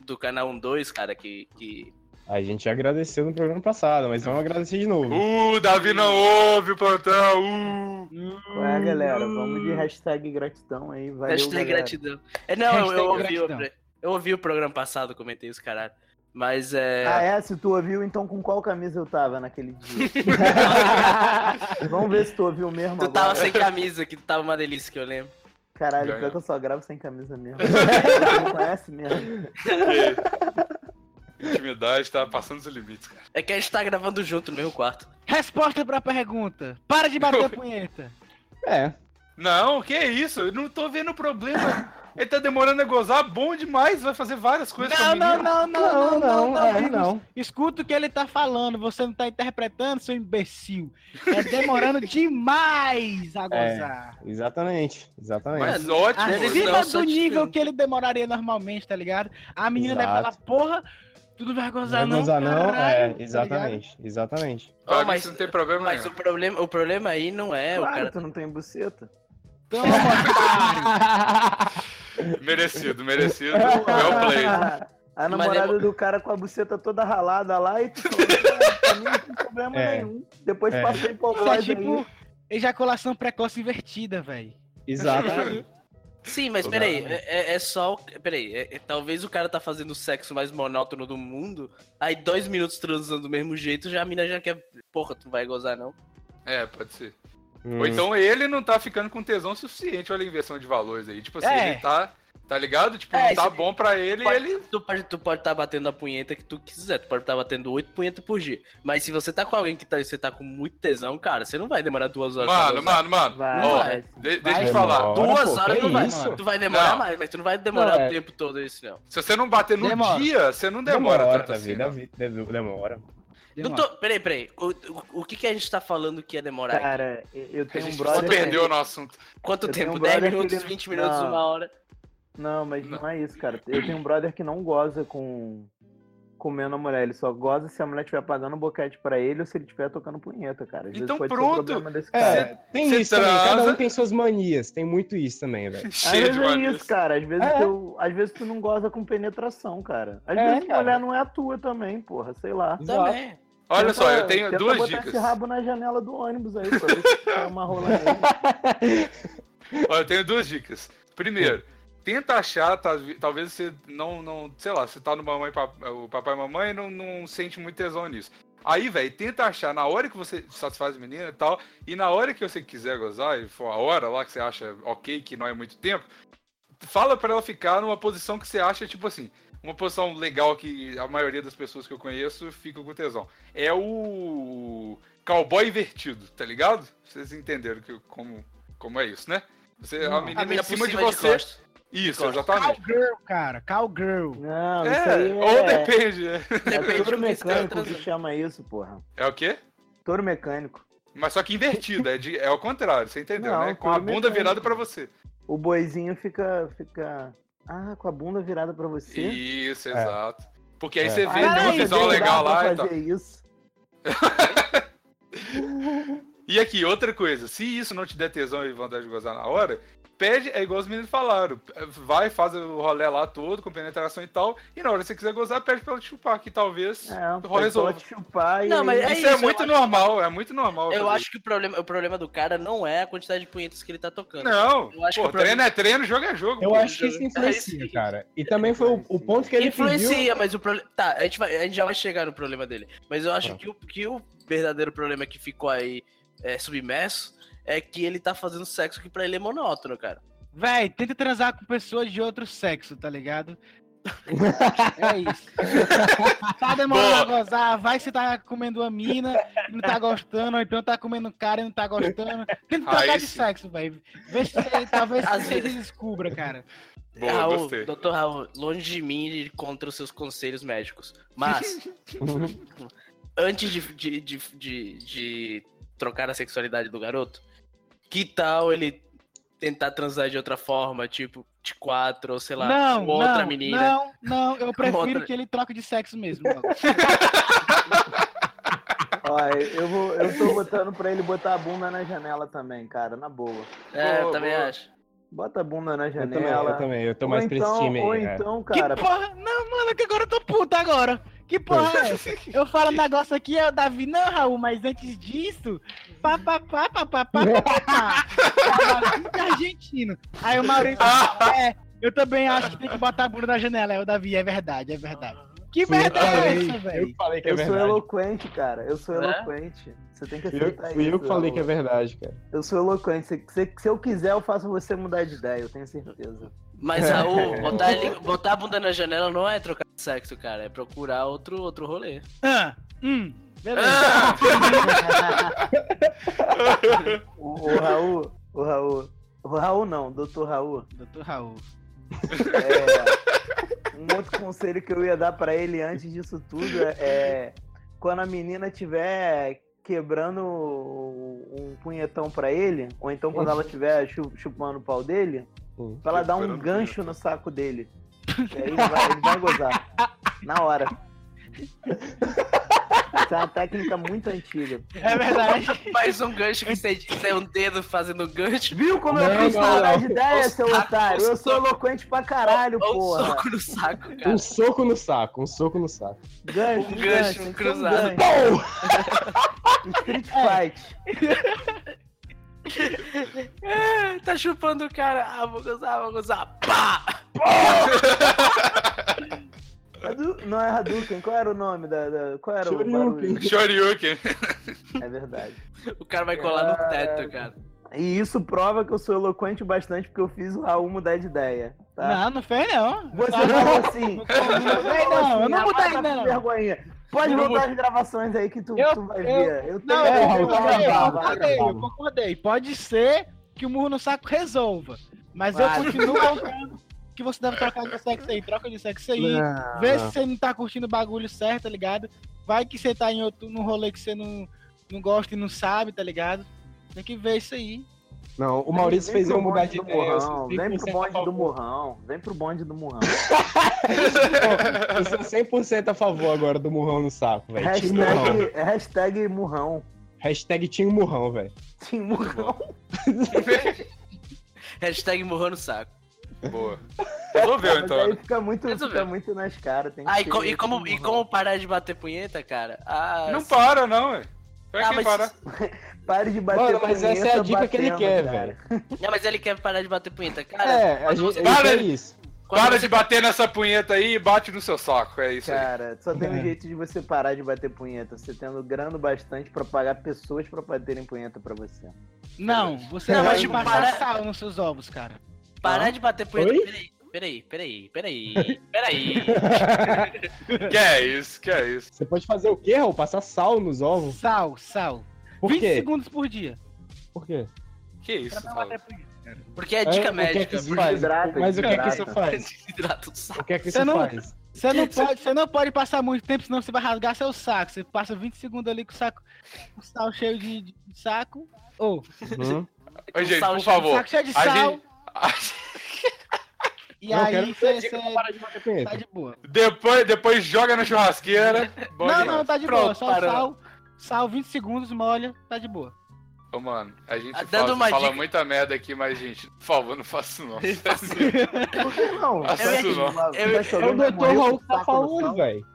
Speaker 2: do canal 12, cara, que, que
Speaker 5: A gente agradeceu no programa passado, mas vamos agradecer de novo.
Speaker 6: Uh, Davi não ouve o plantão,
Speaker 5: *laughs*
Speaker 6: uh.
Speaker 4: Ué, é galera, vamos de hashtag gratidão aí, valeu,
Speaker 2: Hashtag
Speaker 4: galera.
Speaker 2: gratidão. É, não, eu,
Speaker 3: Hashtag
Speaker 2: eu ouvi, o
Speaker 3: gratidão.
Speaker 2: pro- eu ouvi o programa passado, comentei isso, caralho. Mas é.
Speaker 4: Ah, é? Se tu ouviu, então com qual camisa eu tava naquele dia? Vamos ver se tu ouviu mesmo
Speaker 2: Tu
Speaker 4: agora.
Speaker 2: tava sem camisa, que tava uma delícia, que eu lembro.
Speaker 4: Caralho,
Speaker 6: Ganhou.
Speaker 4: pior que eu só gravo sem camisa
Speaker 2: *laughs*
Speaker 4: mesmo. Tu não conhece mesmo.
Speaker 6: Que Intimidade tá passando os limites, cara.
Speaker 2: É que a gente tá gravando junto no mesmo quarto.
Speaker 3: Resposta pra pergunta. Para de *laughs* bater a punheta.
Speaker 5: É.
Speaker 6: Não, que é isso? Eu não tô vendo problema. Ele tá demorando a gozar, bom demais, vai fazer várias coisas
Speaker 3: Não,
Speaker 6: com a
Speaker 3: não,
Speaker 6: menina.
Speaker 3: não, não, não, não, não,
Speaker 5: é,
Speaker 3: Bigos.
Speaker 5: não.
Speaker 3: Escuta o que ele tá falando, você não tá interpretando, seu imbecil. É *laughs* demorando demais a gozar.
Speaker 5: Exatamente, exatamente.
Speaker 6: Mas
Speaker 2: Mano,
Speaker 6: ótimo.
Speaker 2: eles
Speaker 3: Acima
Speaker 2: não são
Speaker 3: do nível
Speaker 2: diferentes.
Speaker 3: que ele demoraria normalmente, tá ligado? A menina deve
Speaker 5: Exato.
Speaker 3: falar, porra, tu não vai
Speaker 5: Não
Speaker 3: gozar
Speaker 5: vai
Speaker 3: não,
Speaker 5: gozar não,
Speaker 3: caralho",
Speaker 5: é,
Speaker 3: tá
Speaker 5: exatamente, exatamente.
Speaker 6: Pra
Speaker 2: Ó,
Speaker 6: mim
Speaker 2: mas-
Speaker 6: isso não tem problema
Speaker 2: Mas o
Speaker 6: nenhum.
Speaker 2: problema, o problema aí não é o
Speaker 4: É. Claro,
Speaker 2: cara.
Speaker 4: tu não tem buceta.
Speaker 3: ligado? Toma,
Speaker 6: Merecido, merecido. É Well played.
Speaker 4: *laughs* A
Speaker 2: Mas
Speaker 4: namorada
Speaker 2: é-
Speaker 4: do cara com a buceta toda ralada
Speaker 2: *laughs*
Speaker 4: lá e tu falou, "Cara, pra mim não tem problema
Speaker 5: É.
Speaker 4: nenhum. Depois
Speaker 5: É.
Speaker 4: passei *laughs* pro
Speaker 3: Isso é
Speaker 4: Alcóide aí.
Speaker 3: tipo ejaculação precoce invertida, velho.
Speaker 5: Exato.
Speaker 2: Sim, mas
Speaker 6: Não.
Speaker 2: peraí, é, é- é só. o- Peraí, é- é- talvez o cara tá fazendo o sexo mais monótono do mundo, aí dois minutos transando do mesmo jeito, já a mina já quer. Porra, tu não vai gozar não.
Speaker 6: É, pode ser.
Speaker 5: Hum.
Speaker 6: Ou então ele não tá ficando com tesão suficiente, olha a inversão de valores aí. Tipo assim,
Speaker 3: É.
Speaker 6: ele tá. Tá ligado? Tipo,
Speaker 2: É,
Speaker 6: não tá
Speaker 2: isso-
Speaker 6: bom pra ele e
Speaker 2: pode-
Speaker 6: ele.
Speaker 2: Tu pode estar tu pode tá batendo a punheta que tu quiser, tu pode estar batendo oito punhetas por dia. Mas se você tá com alguém que tá, você tá com muito tesão, cara, você não vai demorar duas horas. pra
Speaker 6: Mano,
Speaker 2: gozar.
Speaker 6: mano, mano.
Speaker 4: Vai,
Speaker 6: Ó,
Speaker 2: vai.
Speaker 6: de- deixa eu
Speaker 5: Vai,
Speaker 6: te falar.
Speaker 5: mano.
Speaker 2: Duas
Speaker 5: Pô,
Speaker 2: horas
Speaker 5: que
Speaker 2: não vai.
Speaker 5: isso?
Speaker 2: Tu vai demorar
Speaker 6: Não.
Speaker 2: mais, mas tu não vai demorar
Speaker 5: Não, é.
Speaker 2: o tempo todo isso, não.
Speaker 6: Se você não bater no
Speaker 3: Demora.
Speaker 6: dia, você não demora,
Speaker 4: tá
Speaker 6: tanto
Speaker 5: Davi,
Speaker 6: assim.
Speaker 4: É
Speaker 6: não.
Speaker 5: Davi, Davi, demora.
Speaker 2: Não tô- Peraí, peraí. O, o, o que, que a gente tá falando que é demorar? aqui?
Speaker 4: Cara, eu- eu
Speaker 6: A
Speaker 4: tenho um
Speaker 6: gente
Speaker 4: brother.
Speaker 6: perdeu no assunto. *laughs*
Speaker 2: Quanto
Speaker 4: eu tenho
Speaker 2: tempo?
Speaker 4: um
Speaker 2: 10
Speaker 4: brother que
Speaker 2: minutos,
Speaker 4: ele-
Speaker 2: 20 minutos,
Speaker 4: Não.
Speaker 2: uma hora?
Speaker 4: Não, mas
Speaker 6: Não.
Speaker 4: não. é isso, cara. Eu tenho um brother que não goza com comendo a mulher. Ele só goza se a mulher estiver pagando um boquete pra ele ou se ele estiver tocando punheta, cara. Às vezes
Speaker 6: Então
Speaker 4: pode ser
Speaker 6: pronto.
Speaker 4: um problema desse
Speaker 5: É,
Speaker 4: cara.
Speaker 5: tem
Speaker 6: cê
Speaker 5: isso também, cada
Speaker 6: transa.
Speaker 5: um tem suas manias, tem muito isso também, velho.
Speaker 4: Às
Speaker 6: Cheio
Speaker 4: vezes
Speaker 6: de
Speaker 4: é
Speaker 6: manias.
Speaker 4: isso, cara. Às vezes,
Speaker 5: É.
Speaker 4: teu- às vezes tu não goza com penetração, cara. Às
Speaker 5: É,
Speaker 4: vezes
Speaker 5: cara.
Speaker 4: a mulher não é a tua também, porra. Sei lá.
Speaker 5: Exato.
Speaker 2: Também.
Speaker 6: Olha
Speaker 4: Tenta-
Speaker 6: só, eu tenho
Speaker 4: tenta
Speaker 6: duas
Speaker 4: botar
Speaker 6: dicas.
Speaker 4: esse rabo na janela do ônibus aí, pra ver se tá uma rola
Speaker 6: *laughs*
Speaker 4: aí.
Speaker 6: Olha, eu tenho duas dicas. Primeiro, tenta achar, tá- talvez você não, não, sei lá, você tá no mamãe, pa- o papai e mamãe não, não sente muito tesão nisso. Aí, velho, tenta achar na hora que você satisfaz a menina e tal, e na hora que você quiser gozar, e for a hora lá que você acha ok, que não é muito tempo, fala pra ela ficar numa posição que você acha, tipo assim, uma posição legal que a maioria das pessoas que eu conheço fica com tesão. É o cowboy invertido, tá ligado? Vocês entenderam que, como, como é isso, né? Você, a menina em
Speaker 2: por
Speaker 6: cima de
Speaker 2: cima de
Speaker 6: você.
Speaker 2: costas.
Speaker 6: isso,
Speaker 2: costas.
Speaker 6: exatamente.
Speaker 3: Cowgirl, cara, cowgirl.
Speaker 4: Não, isso
Speaker 6: É,
Speaker 4: aí
Speaker 6: ou
Speaker 4: é...
Speaker 6: depende. né?
Speaker 4: é
Speaker 2: Depende do
Speaker 4: touro
Speaker 2: que você tá
Speaker 4: mecânico que
Speaker 2: transando.
Speaker 4: chama isso, porra.
Speaker 6: É o quê?
Speaker 4: Touro mecânico.
Speaker 6: Mas só que invertido, é, de, é ao contrário, você entendeu,
Speaker 4: Não,
Speaker 6: né? Com a
Speaker 4: tudo
Speaker 6: bunda
Speaker 4: mecânico.
Speaker 6: virada pra você.
Speaker 4: O boizinho fica, fica. Ah, com a bunda virada pra você.
Speaker 6: Isso,
Speaker 5: É.
Speaker 6: exato. Porque aí
Speaker 5: É.
Speaker 6: você vê,
Speaker 3: Caralho,
Speaker 6: tem um
Speaker 3: que
Speaker 6: visual
Speaker 4: dá
Speaker 6: legal
Speaker 4: pra
Speaker 6: lá e tal.
Speaker 4: fazer isso.
Speaker 6: E aqui, outra coisa, se isso não te der tesão e vontade de gozar na hora, pede, é igual os meninos falaram, é, vai, faz o rolê lá todo, com penetração e tal, e na hora que você quiser gozar, pede pra ela te chupar, que talvez
Speaker 4: É,
Speaker 6: Vou resolver.
Speaker 4: pode chupar e.
Speaker 2: Não, mas
Speaker 4: aí-
Speaker 2: é
Speaker 6: isso,
Speaker 2: isso,
Speaker 6: é
Speaker 2: eu
Speaker 6: muito
Speaker 2: acho.
Speaker 6: normal, é muito normal.
Speaker 2: Eu
Speaker 6: fazer
Speaker 2: acho que o problema, o problema do cara não é a quantidade de punhetas que ele tá
Speaker 6: isso.
Speaker 2: tocando.
Speaker 6: Não,
Speaker 2: eu acho
Speaker 6: pô,
Speaker 2: que o problema-
Speaker 6: treino é treino, jogo é jogo.
Speaker 5: Eu
Speaker 6: pô.
Speaker 5: acho que isso influencia, cara. E também foi o, o ponto que ele
Speaker 2: Influencia,
Speaker 5: pediu.
Speaker 2: mas o problema. Tá, a gente, vai- a gente já vai chegar no problema dele. Mas eu
Speaker 6: Tá.
Speaker 2: acho que o, que o verdadeiro problema que ficou aí é, submerso é que ele tá fazendo sexo que pra ele é monótono, cara.
Speaker 3: Véi, tenta transar com pessoas de outro sexo,
Speaker 2: *laughs*
Speaker 3: tá ligado? é isso. Tá demorando a gozar, vai se tá comendo uma mina e não tá gostando, ou então tá comendo um cara e não tá gostando. Tenta
Speaker 2: Ah,
Speaker 6: Aí
Speaker 3: trocar de
Speaker 6: sim.
Speaker 3: sexo, velho. Vê se talvez
Speaker 2: Às
Speaker 3: você
Speaker 2: vezes.
Speaker 3: descubra, cara.
Speaker 6: Boa,
Speaker 2: Raul,
Speaker 6: gostei.
Speaker 2: Doutor Raul, longe de mim ir contra os seus conselhos médicos.
Speaker 6: *laughs*
Speaker 2: Mas, antes de, de, de, de- de trocar a sexualidade do garoto, Que tal ele tentar transar de outra forma, tipo, de quatro, ou sei lá,
Speaker 3: não,
Speaker 2: com outra
Speaker 3: não,
Speaker 2: menina?
Speaker 3: não, não, eu prefiro
Speaker 2: outra.
Speaker 3: que ele troque de sexo mesmo. logo.
Speaker 4: Ó, eu, vou, eu tô botando pra ele botar a bunda na janela também, cara, na boa.
Speaker 2: É, eu
Speaker 6: Boa,
Speaker 2: também
Speaker 6: boa.
Speaker 2: acho.
Speaker 4: Bota a bunda na
Speaker 5: Eu também, eu
Speaker 4: janela.
Speaker 5: também, eu tô mais
Speaker 4: ou
Speaker 5: pra
Speaker 4: então,
Speaker 5: esse time
Speaker 4: ou
Speaker 5: aí. é.
Speaker 4: então, cara,
Speaker 3: que porra? Não, mano, que agora eu tô puta agora. Que porra é essa? Eu falo um negócio aqui, é o Davi, não, Raul, mas antes disso, pá, pá, pá, pá, pá, pá, pá, pá, pá. Trabalhinho de argentino. Aí o Maurício, é, eu também acho que tem que botar a bunda na janela. É o Davi, é verdade, é verdade. Que
Speaker 5: Fui eu
Speaker 3: merda
Speaker 5: que
Speaker 3: é
Speaker 5: falei,
Speaker 3: essa,
Speaker 5: eu que
Speaker 3: velho?
Speaker 5: falei que é
Speaker 4: eu sou
Speaker 5: verdade.
Speaker 4: eloquente, cara. Eu sou
Speaker 2: É?
Speaker 4: eloquente. Você tem que
Speaker 5: Fui eu-
Speaker 4: aceitar
Speaker 5: fui
Speaker 4: isso.
Speaker 5: eu que falei que é
Speaker 4: Raul.
Speaker 5: verdade, cara.
Speaker 4: Eu sou eloquente. Se, se, se eu quiser, eu faço você mudar de ideia, eu tenho certeza.
Speaker 2: Mas,
Speaker 6: *laughs*
Speaker 2: Raul, botar, ele- botar a bunda na janela não é trocar de sexo, cara. É procurar outro, outro rolê.
Speaker 3: Ah, hum, beleza.
Speaker 2: Ah,
Speaker 4: o, o Raul, *laughs* o Raul. O Raul não, doutor Raul.
Speaker 3: Doutor Raul.
Speaker 4: É, um outro conselho que eu ia dar pra ele antes disso tudo é quando a menina tiver quebrando um punhetão pra ele, ou então quando ela tiver chu- chupando o pau dele,
Speaker 5: Hum.
Speaker 4: pra ela dar um
Speaker 6: Quebrando o
Speaker 4: gancho no saco dele. E aí ele vai, ele vai gozar. Na hora. Essa é uma técnica muito antiga.
Speaker 3: É verdade.
Speaker 2: faz um gancho que você é um dedo fazendo gancho.
Speaker 4: Viu como
Speaker 5: Não,
Speaker 4: eu fiz
Speaker 5: não,
Speaker 4: falar
Speaker 5: não.
Speaker 4: de ideia, seu otário? Eu sou eloquente pra caralho,
Speaker 2: Ou um
Speaker 4: porra.
Speaker 2: soco no saco,
Speaker 3: *laughs*
Speaker 2: cara.
Speaker 5: Um soco no saco, um soco no saco.
Speaker 4: Gancho,
Speaker 2: um gancho, um
Speaker 4: então
Speaker 2: cruzado.
Speaker 4: gancho. *laughs*
Speaker 5: Pou!
Speaker 4: Street Fight.
Speaker 2: É, tá chupando o cara. Ah, vou gozar, vou gozar. Pá!
Speaker 4: Hadu- Não é Hadouken, qual era o nome da. da- Qual era o
Speaker 5: Shoryuken.
Speaker 4: barulho?
Speaker 6: Shoryuken.
Speaker 4: É verdade.
Speaker 2: O cara vai colar no teto, cara.
Speaker 4: E isso prova que eu sou eloquente bastante porque eu fiz o Raul mudar de ideia. Tá?
Speaker 3: Não, não fez não.
Speaker 4: Você
Speaker 3: Não,
Speaker 4: falou assim.
Speaker 3: não fez não, eu não mudei não.
Speaker 4: tá Vergonha. Pode
Speaker 2: Eu não
Speaker 4: voltar as gravações aí que tu,
Speaker 3: Eu-
Speaker 4: tu vai
Speaker 3: eu-
Speaker 4: ver. Eu tenho
Speaker 3: Não,
Speaker 5: É,
Speaker 3: eu
Speaker 5: Raul,
Speaker 4: eu
Speaker 5: tá
Speaker 4: tenho-
Speaker 3: concordei, eu
Speaker 5: gravado, tá
Speaker 3: concordei, eu
Speaker 5: gravado.
Speaker 3: concordei. Pode ser que o murro no saco resolva. Mas
Speaker 4: Claro.
Speaker 3: eu continuo comprando que você deve trocar de sexo aí. Troca de sexo aí. Vê se você não tá curtindo o bagulho certo, tá ligado? Vai que você tá em outro, num rolê que você não, não gosta e não sabe, tá ligado? Tem que ver isso aí.
Speaker 5: Não, o Maurício
Speaker 4: Vem
Speaker 5: fez eu
Speaker 4: pro
Speaker 5: mudar
Speaker 4: bonde
Speaker 5: de
Speaker 4: do
Speaker 5: ideia. eu
Speaker 4: Murrão,
Speaker 5: sou
Speaker 4: Vem
Speaker 5: 100%
Speaker 4: pro bonde
Speaker 5: a
Speaker 4: do
Speaker 5: favor.
Speaker 4: Murrão. Vem pro bonde do Murrão.
Speaker 5: Eu sou 100% a favor agora do murrão no saco, velho. Tinha um murrão.
Speaker 4: hashtag, hashtag Murrão.
Speaker 5: Hashtag tinha um murrão, velho.
Speaker 4: Tim Murrão.
Speaker 2: Hashtag murrou no saco.
Speaker 6: Boa. Resolveu
Speaker 4: Mas aí
Speaker 6: então.
Speaker 4: fica muito,
Speaker 2: Resolveu.
Speaker 4: fica muito nas caras. tem que
Speaker 2: Ah, e,
Speaker 4: ser
Speaker 2: co- e
Speaker 4: Tim
Speaker 2: como, e
Speaker 4: Murrão.
Speaker 5: né?
Speaker 2: como parar de bater punheta, cara? Ah,
Speaker 6: Não
Speaker 2: se-
Speaker 6: para, não, ué. Vai
Speaker 2: Ah,
Speaker 6: quem
Speaker 2: mas,
Speaker 6: para.
Speaker 4: Pare de bater
Speaker 5: Mano, mas essa é a
Speaker 4: punheta
Speaker 5: dica que ele
Speaker 4: batendo,
Speaker 5: quer,
Speaker 4: cara.
Speaker 5: velho.
Speaker 2: não, mas ele quer parar de bater punheta, cara.
Speaker 5: É, a
Speaker 2: quando
Speaker 5: gente
Speaker 2: você-
Speaker 5: ele
Speaker 6: Para
Speaker 5: quer
Speaker 6: de-
Speaker 5: isso.
Speaker 6: Para
Speaker 2: quando
Speaker 6: de
Speaker 2: você-
Speaker 6: bater nessa punheta aí e bate no seu saco. É isso aí.
Speaker 4: Cara, só tem um
Speaker 5: *laughs* É.
Speaker 4: jeito de você parar de bater punheta. Você tendo grana bastante pra pagar pessoas pra baterem punheta pra você.
Speaker 3: Não, você
Speaker 2: Não,
Speaker 3: vai
Speaker 2: mas, tipo,
Speaker 3: passar
Speaker 2: para-
Speaker 3: sal nos seus ovos, cara.
Speaker 2: Parar de bater punheta.
Speaker 5: tá? Oi?
Speaker 2: Peraí, peraí, peraí, peraí.
Speaker 5: *laughs*
Speaker 2: Peraí.
Speaker 6: Que é isso, que é isso.
Speaker 5: Você pode fazer o quê, Raul? Passar sal nos ovos?
Speaker 3: Sal, sal.
Speaker 5: Por
Speaker 3: 20
Speaker 5: quê?
Speaker 3: segundos por dia.
Speaker 5: Por quê?
Speaker 6: Que é isso,
Speaker 3: Pra não
Speaker 6: Saulo?
Speaker 3: bater punheta.
Speaker 2: Porque é dica
Speaker 5: É, o que é que
Speaker 2: médica.
Speaker 5: isso
Speaker 4: porque
Speaker 5: faz?
Speaker 4: hidrata,
Speaker 5: Mas o que é que
Speaker 4: hidrata.
Speaker 5: isso
Speaker 2: *laughs*
Speaker 5: faz?
Speaker 2: Desidrata o saco.
Speaker 5: O que é que
Speaker 3: Você
Speaker 5: isso
Speaker 3: não-
Speaker 5: faz?
Speaker 3: Você não, pode, você não pode passar muito tempo, senão você vai rasgar seu saco. Você passa 20 segundos ali com o saco, com o sal cheio de, de saco. Ou,
Speaker 5: Uhum.
Speaker 6: Ô, gente,
Speaker 2: Saulo,
Speaker 6: por
Speaker 3: oh,
Speaker 6: favor.
Speaker 3: saco cheio de
Speaker 6: a
Speaker 3: sal,
Speaker 6: gente-
Speaker 3: *laughs* e
Speaker 5: Não, eu quero
Speaker 3: aí você
Speaker 5: dica pra
Speaker 3: você
Speaker 5: parar de bater punheta.
Speaker 3: tá de boa.
Speaker 6: Depois, depois joga na churrasqueira. Bom
Speaker 3: não,
Speaker 6: demais.
Speaker 3: não, tá de
Speaker 2: Pronto,
Speaker 3: boa. Só
Speaker 2: parou.
Speaker 3: sal, sal 20 segundos, molha, tá de boa.
Speaker 6: Ô, mano, a gente
Speaker 2: Ah, dando
Speaker 6: fala,
Speaker 2: uma
Speaker 6: fala
Speaker 2: dica-
Speaker 6: muita merda aqui, mas, gente, por favor, não faça isso, não.
Speaker 4: Por que não?
Speaker 6: Nossa,
Speaker 4: Vai
Speaker 6: isso não.
Speaker 4: jogar-
Speaker 2: Eu-
Speaker 4: vai
Speaker 5: É
Speaker 4: jogar
Speaker 5: o
Speaker 4: uma
Speaker 5: doutor
Speaker 4: moeda
Speaker 5: Raul
Speaker 4: com
Speaker 5: que tá
Speaker 4: saco no
Speaker 5: falando,
Speaker 4: sal.
Speaker 5: velho.